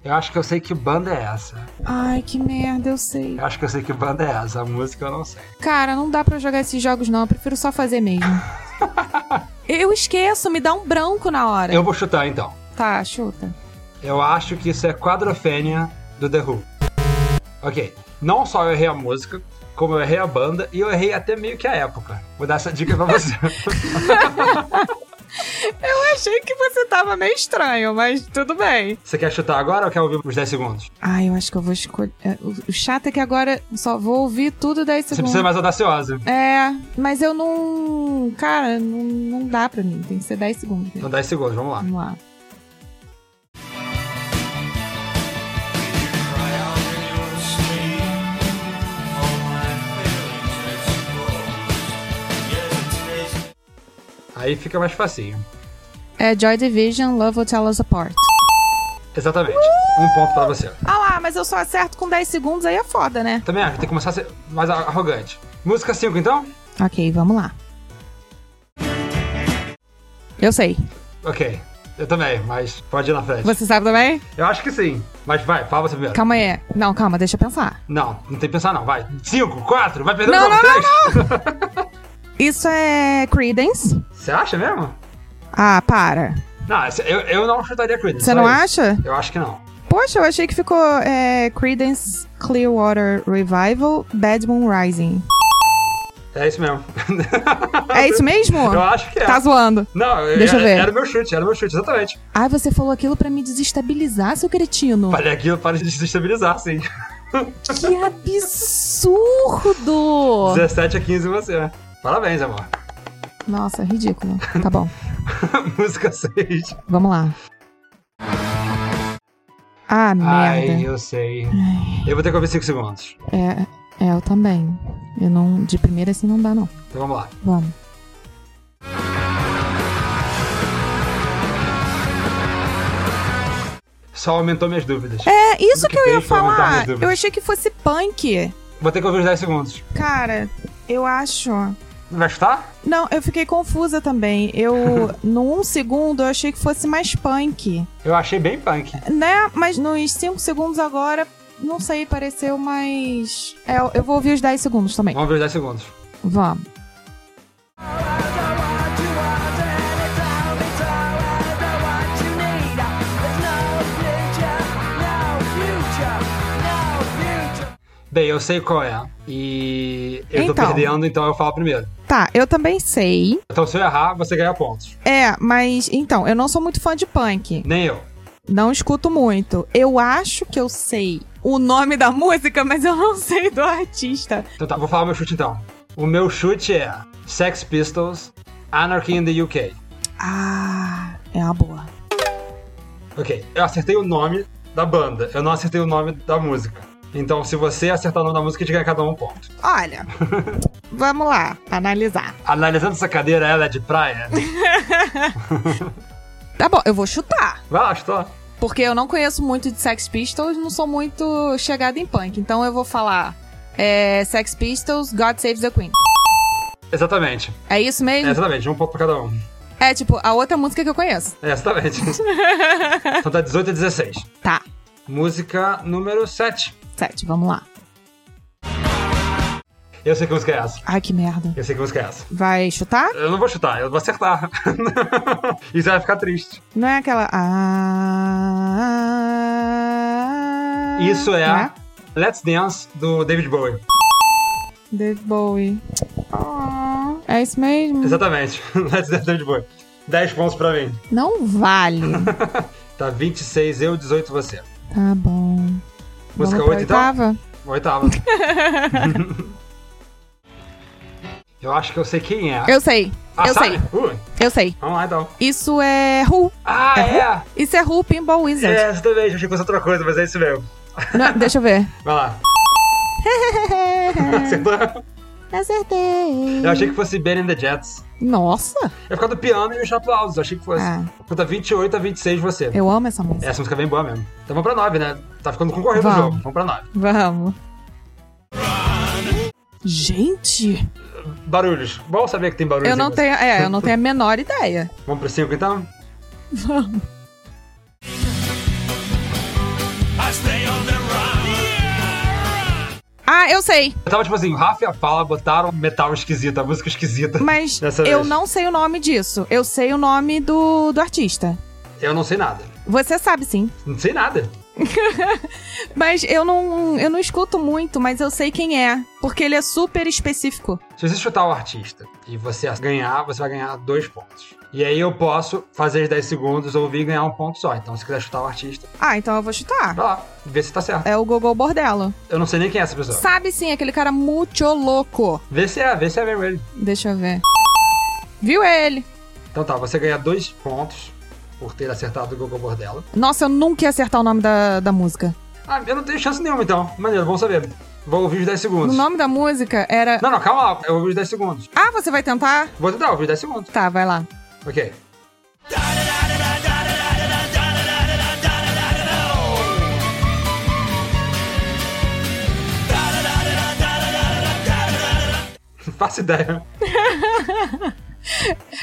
Speaker 1: Eu acho que eu sei que banda é essa.
Speaker 2: Ai, que merda, eu sei.
Speaker 1: Eu acho que eu sei que banda é essa. A música eu não sei.
Speaker 2: Cara, não dá pra jogar esses jogos, não. Eu prefiro só fazer mesmo. eu esqueço, me dá um branco na hora.
Speaker 1: Eu vou chutar então.
Speaker 2: Tá, chuta.
Speaker 1: Eu acho que isso é Quadrofênia do The Who. Ok. Não só eu errei a música, como eu errei a banda e eu errei até meio que a época. Vou dar essa dica pra você.
Speaker 2: Eu achei que você tava meio estranho, mas tudo bem.
Speaker 1: você quer chutar agora ou quer ouvir os 10 segundos?
Speaker 2: Ai, eu acho que eu vou escolher. é, o- O chato é que agora eu só vou ouvir tudo 10
Speaker 1: Você
Speaker 2: segundos.
Speaker 1: precisa ser mais audaciosa.
Speaker 2: É, mas eu não. Cara, não, não dá pra mim. Tem que ser 10 segundos. mesmo.
Speaker 1: Então 10 segundos, vamos lá.
Speaker 2: Vamos lá.
Speaker 1: Aí fica mais facinho.
Speaker 2: É Joy Division, Love Will Tell Us Apart.
Speaker 1: Exatamente. Um ponto pra você.
Speaker 2: Ah lá, mas eu só acerto com 10 segundos, aí é foda, né?
Speaker 1: Também acho, tem que começar a ser mais arrogante. Música 5 então?
Speaker 2: Ok, vamos lá. Eu sei.
Speaker 1: Ok. Eu também, mas pode ir na frente.
Speaker 2: Você sabe também?
Speaker 1: Eu acho que sim. Mas vai, fala você primeiro.
Speaker 2: Calma aí. Não, calma, deixa eu pensar.
Speaker 1: Não, não tem que pensar não. Vai. Cinco, quatro, vai perdendo
Speaker 2: Não,
Speaker 1: pra
Speaker 2: não,
Speaker 1: três.
Speaker 2: Isso é Credence?
Speaker 1: Você acha mesmo?
Speaker 2: Ah, para.
Speaker 1: Não, esse- eu, eu não chutaria Creedence.
Speaker 2: Você
Speaker 1: só
Speaker 2: não
Speaker 1: isso.
Speaker 2: acha?
Speaker 1: Eu acho que não.
Speaker 2: Poxa, eu achei que ficou é, Credence Clearwater Revival, Bad Moon Rising.
Speaker 1: É isso mesmo.
Speaker 2: É isso mesmo?
Speaker 1: Eu acho que é.
Speaker 2: Tá zoando.
Speaker 1: Não,
Speaker 2: Deixa eu
Speaker 1: era,
Speaker 2: ver.
Speaker 1: era o meu chute, era o meu chute, exatamente.
Speaker 2: Ai, você falou aquilo pra me desestabilizar, seu cretino.
Speaker 1: Falei aquilo para de se estabilizar, sim.
Speaker 2: Que absurdo!
Speaker 1: 17 a 15 você. né? Parabéns, amor.
Speaker 2: Nossa, ridículo. Tá bom,
Speaker 1: Música 6.
Speaker 2: vamos lá. Ah, merda.
Speaker 1: Ai, eu sei. Eu vou ter que ouvir 5 segundos.
Speaker 2: É, é, eu também. Eu não, de primeira assim não dá não.
Speaker 1: Então vamos lá.
Speaker 2: Vamos.
Speaker 1: Só aumentou minhas dúvidas.
Speaker 2: É isso que eu ia
Speaker 1: Tem que aumentar minhas
Speaker 2: falar.
Speaker 1: dúvidas.
Speaker 2: Eu achei que fosse punk.
Speaker 1: Vou ter que ouvir os 10 segundos.
Speaker 2: Cara, eu acho.
Speaker 1: Não vai chutar?
Speaker 2: Não, eu fiquei confusa também. Eu no um segundo eu achei que fosse mais punk,
Speaker 1: Eu achei bem punk.
Speaker 2: né? Mas nos cinco segundos agora não sei, pareceu mais. É, eu- eu vou ouvir os 10 segundos também.
Speaker 1: Vamos ver os 10 segundos.
Speaker 2: Vamos.
Speaker 1: Bem, eu sei qual é. E eu tô
Speaker 2: Então.
Speaker 1: perdendo, então eu falo primeiro.
Speaker 2: Tá, eu também sei.
Speaker 1: Então se eu errar, você ganha pontos.
Speaker 2: É, mas então, eu não sou muito fã de punk.
Speaker 1: Nem eu.
Speaker 2: Não escuto muito. Eu acho que eu sei o nome da música, mas eu não sei do artista.
Speaker 1: Então tá, vou falar meu chute então. O meu chute é Sex Pistols, Anarchy in the UK.
Speaker 2: Ah, é uma boa.
Speaker 1: Ok, eu acertei o nome da banda, eu não acertei o nome da música. Então se você acertar o nome da música, a gente ganha cada um um ponto.
Speaker 2: Olha, Vamos lá, analisar.
Speaker 1: Analisando essa cadeira, ela é de praia?
Speaker 2: Tá bom, eu vou chutar.
Speaker 1: Vai lá, estou.
Speaker 2: Porque eu não conheço muito de Sex Pistols, não sou muito chegada em punk. Então eu vou falar é, Sex Pistols, God Save the Queen.
Speaker 1: Exatamente.
Speaker 2: É isso
Speaker 1: É,
Speaker 2: mesmo?
Speaker 1: exatamente, um ponto pra cada um.
Speaker 2: É, tipo, a outra música que eu conheço.
Speaker 1: É, exatamente. então tá 18 a 16.
Speaker 2: Tá,
Speaker 1: Música número 7.
Speaker 2: sete, vamos lá.
Speaker 1: Eu sei que música é essa.
Speaker 2: Ai, que merda.
Speaker 1: Eu sei que música é essa.
Speaker 2: Vai chutar?
Speaker 1: Eu não vou chutar, eu vou acertar. e você vai ficar triste.
Speaker 2: Não é aquela. Ah,
Speaker 1: Isso é
Speaker 2: Não
Speaker 1: a Let's Dance do David Bowie.
Speaker 2: David Bowie. Ah, É isso mesmo?
Speaker 1: Exatamente. Let's Dance do David Bowie. 10 pontos pra mim.
Speaker 2: Não vale.
Speaker 1: Tá 26 eu, 18 você.
Speaker 2: Tá bom.
Speaker 1: Música
Speaker 2: Vamos pra
Speaker 1: 8 então?
Speaker 2: oitava?
Speaker 1: Oitava. eu acho que eu sei quem é.
Speaker 2: Eu sei.
Speaker 1: Ah,
Speaker 2: eu
Speaker 1: sabe?
Speaker 2: sei.
Speaker 1: Uh,
Speaker 2: Eu sei.
Speaker 1: vamos lá então.
Speaker 2: Isso é Who.
Speaker 1: Ah, é!
Speaker 2: Isso é Who Pinball
Speaker 1: É,
Speaker 2: Wizard.
Speaker 1: essa também. Eu achei que fosse outra coisa, mas é isso mesmo.
Speaker 2: Não, deixa eu ver.
Speaker 1: Vai lá.
Speaker 2: É.
Speaker 1: Acertou?
Speaker 2: Acertei.
Speaker 1: Eu achei que fosse Ben and the Jets.
Speaker 2: Nossa.
Speaker 1: É por causa do piano e os aplausos. Eu achei que fosse.
Speaker 2: Ah.
Speaker 1: Então tá 28 a 26 você.
Speaker 2: Eu amo essa música.
Speaker 1: Essa música é bem boa mesmo. Então vamos pra 9, né? Tá ficando concorrendo o
Speaker 2: Vamos.
Speaker 1: jogo. Vamos pra 9.
Speaker 2: Vamos. Gente,
Speaker 1: Barulhos. Bom saber que tem barulhos.
Speaker 2: eu não
Speaker 1: em-
Speaker 2: tenho, é, eu não tenho a menor ideia.
Speaker 1: Vamos pro 5 então?
Speaker 2: Vamos. Ah, eu sei,
Speaker 1: Eu tava tipo assim, Rafa e a Paula botaram um metal esquisita, música esquisita.
Speaker 2: mas
Speaker 1: Dessa
Speaker 2: eu
Speaker 1: vez.
Speaker 2: não sei o nome disso. Eu sei o nome do, do artista.
Speaker 1: Eu não sei nada.
Speaker 2: Você sabe sim.
Speaker 1: Não sei nada.
Speaker 2: Mas eu não, eu não escuto muito, mas eu sei quem é. Porque ele é super específico.
Speaker 1: Se você chutar o artista e você ganhar, você vai ganhar dois pontos. E aí eu posso fazer os 10 segundos, ouvir e ganhar um ponto só. Então se quiser chutar o artista,
Speaker 2: Ah, então eu vou chutar.
Speaker 1: vai lá, vê se tá certo.
Speaker 2: É o Gogol Bordello.
Speaker 1: Eu não sei nem quem é essa pessoa.
Speaker 2: Sabe sim, aquele cara muito louco.
Speaker 1: Vê se é, vê se é mesmo ele.
Speaker 2: Deixa eu ver. Viu ele?
Speaker 1: Então tá, você ganha dois pontos por ter acertado o Google Bordello.
Speaker 2: Nossa, eu nunca ia acertar o nome da, da música.
Speaker 1: Ah, eu não tenho chance nenhuma então. Maneiro, bom saber. Vou ouvir os 10
Speaker 2: O
Speaker 1: segundos.
Speaker 2: nome da música era.
Speaker 1: Não, não, calma lá, eu ouvi os 10 segundos.
Speaker 2: Ah, você vai tentar?
Speaker 1: Vou tentar, ouvir os 10 segundos.
Speaker 2: Tá, vai lá.
Speaker 1: Ok. Não Faço ideia.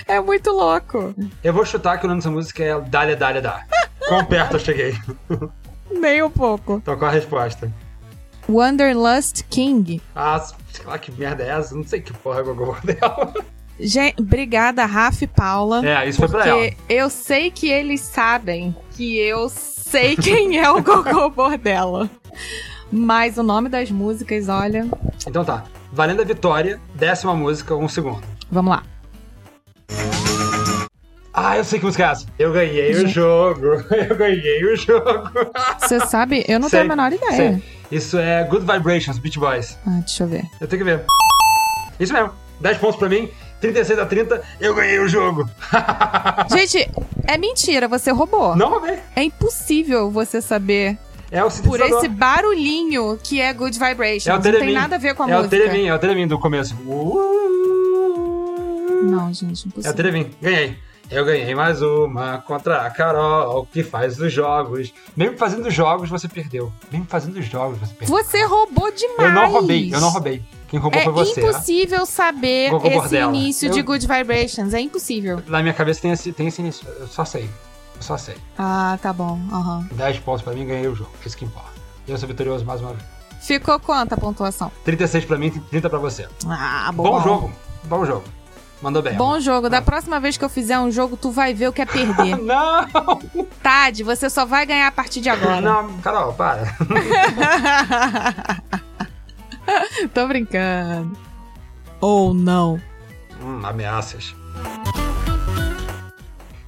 Speaker 2: É muito louco.
Speaker 1: Eu vou chutar que o nome dessa música é Dália, Dália, Dá. Quão perto eu cheguei.
Speaker 2: Nem um pouco.
Speaker 1: Então qual a resposta?
Speaker 2: Wanderlust King.
Speaker 1: Ah, sei lá que merda é essa. Não sei que porra é o Gogol dela.
Speaker 2: Gente, obrigada, Rafa e Paula.
Speaker 1: É, isso foi pra ela.
Speaker 2: Porque eu sei que eles sabem que eu sei quem é o Gogô Bordello. Mas o nome das músicas, olha.
Speaker 1: Então tá. Valendo a vitória, décima música, um segundo.
Speaker 2: Vamos lá.
Speaker 1: Ah, eu sei que música é essa. Eu ganhei o jogo. Eu ganhei o jogo.
Speaker 2: Você sabe? Eu não
Speaker 1: Sei,
Speaker 2: tenho a menor ideia.
Speaker 1: sei. Isso é Good Vibrations, Beach Boys.
Speaker 2: Ah, deixa eu ver.
Speaker 1: Eu tenho que ver. Isso mesmo. 10 pontos pra mim, 36 a 30, eu ganhei o jogo.
Speaker 2: Gente, é mentira, você roubou.
Speaker 1: Não roubei.
Speaker 2: É impossível você saber
Speaker 1: É o
Speaker 2: por
Speaker 1: sintetizador.
Speaker 2: esse barulhinho que é Good Vibrations.
Speaker 1: É o
Speaker 2: não tem
Speaker 1: Teremin.
Speaker 2: nada a ver com a
Speaker 1: é o
Speaker 2: música.
Speaker 1: Teremin, é o Teremin do começo. Uh,
Speaker 2: Não, gente,
Speaker 1: É o
Speaker 2: impossível.
Speaker 1: Teremin. Ganhei. Eu ganhei mais uma contra a Carol, que faz os jogos. Mesmo fazendo os jogos, você perdeu. Mesmo fazendo os jogos, você perdeu.
Speaker 2: Você roubou demais.
Speaker 1: Eu não roubei, eu não roubei. Quem roubou
Speaker 2: É
Speaker 1: foi você. né?
Speaker 2: impossível saber
Speaker 1: Gogô
Speaker 2: esse
Speaker 1: Bordella.
Speaker 2: início
Speaker 1: Eu-
Speaker 2: de Good Vibrations. É impossível.
Speaker 1: Na minha cabeça tem esse, tem esse início. Eu só sei. Eu só sei.
Speaker 2: Ah, tá bom. aham.
Speaker 1: 10 pontos pra mim, ganhei o jogo. Isso que importa. Eu sou vitorioso mais uma vez.
Speaker 2: Ficou quanta a pontuação?
Speaker 1: 36 pra mim, 30 pra você.
Speaker 2: Ah,
Speaker 1: Bom,
Speaker 2: bom.
Speaker 1: jogo. Bom jogo. Mandou bem.
Speaker 2: Bom jogo. Da próxima vez que eu fizer um jogo, tu vai ver o que é perder.
Speaker 1: Ah, Não!
Speaker 2: Tade, você só vai ganhar a partir de agora.
Speaker 1: Não, Carol, para.
Speaker 2: Tô brincando. Ou não.
Speaker 1: Hum, ameaças.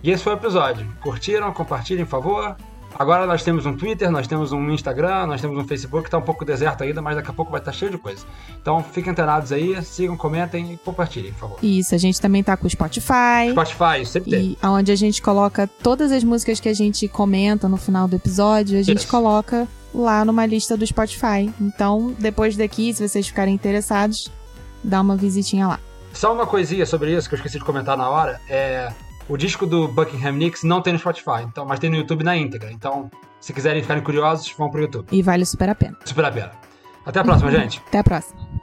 Speaker 1: E esse foi o episódio. Curtiram? Compartilhem, por favor. Agora nós temos um Twitter, nós temos um Instagram, nós temos um Facebook, tá um pouco deserto ainda, mas daqui a pouco vai estar cheio de coisa. Então fiquem antenados aí, sigam, comentem e compartilhem, por favor.
Speaker 2: Isso, a gente também tá com o Spotify.
Speaker 1: Spotify, sempre tem.
Speaker 2: E onde a gente coloca todas as músicas que a gente comenta no final do episódio, a gente
Speaker 1: Isso.
Speaker 2: coloca lá numa lista do Spotify. Então, depois daqui, se vocês ficarem interessados, dá uma visitinha lá.
Speaker 1: Só uma coisinha sobre isso que eu esqueci de comentar na hora é o disco do Buckingham Nicks não tem no Spotify, então, mas tem no YouTube na íntegra. Então, se quiserem ficarem curiosos, vão pro YouTube.
Speaker 2: E vale super a pena.
Speaker 1: Super a pena. Até a próxima, gente.
Speaker 2: Até a próxima.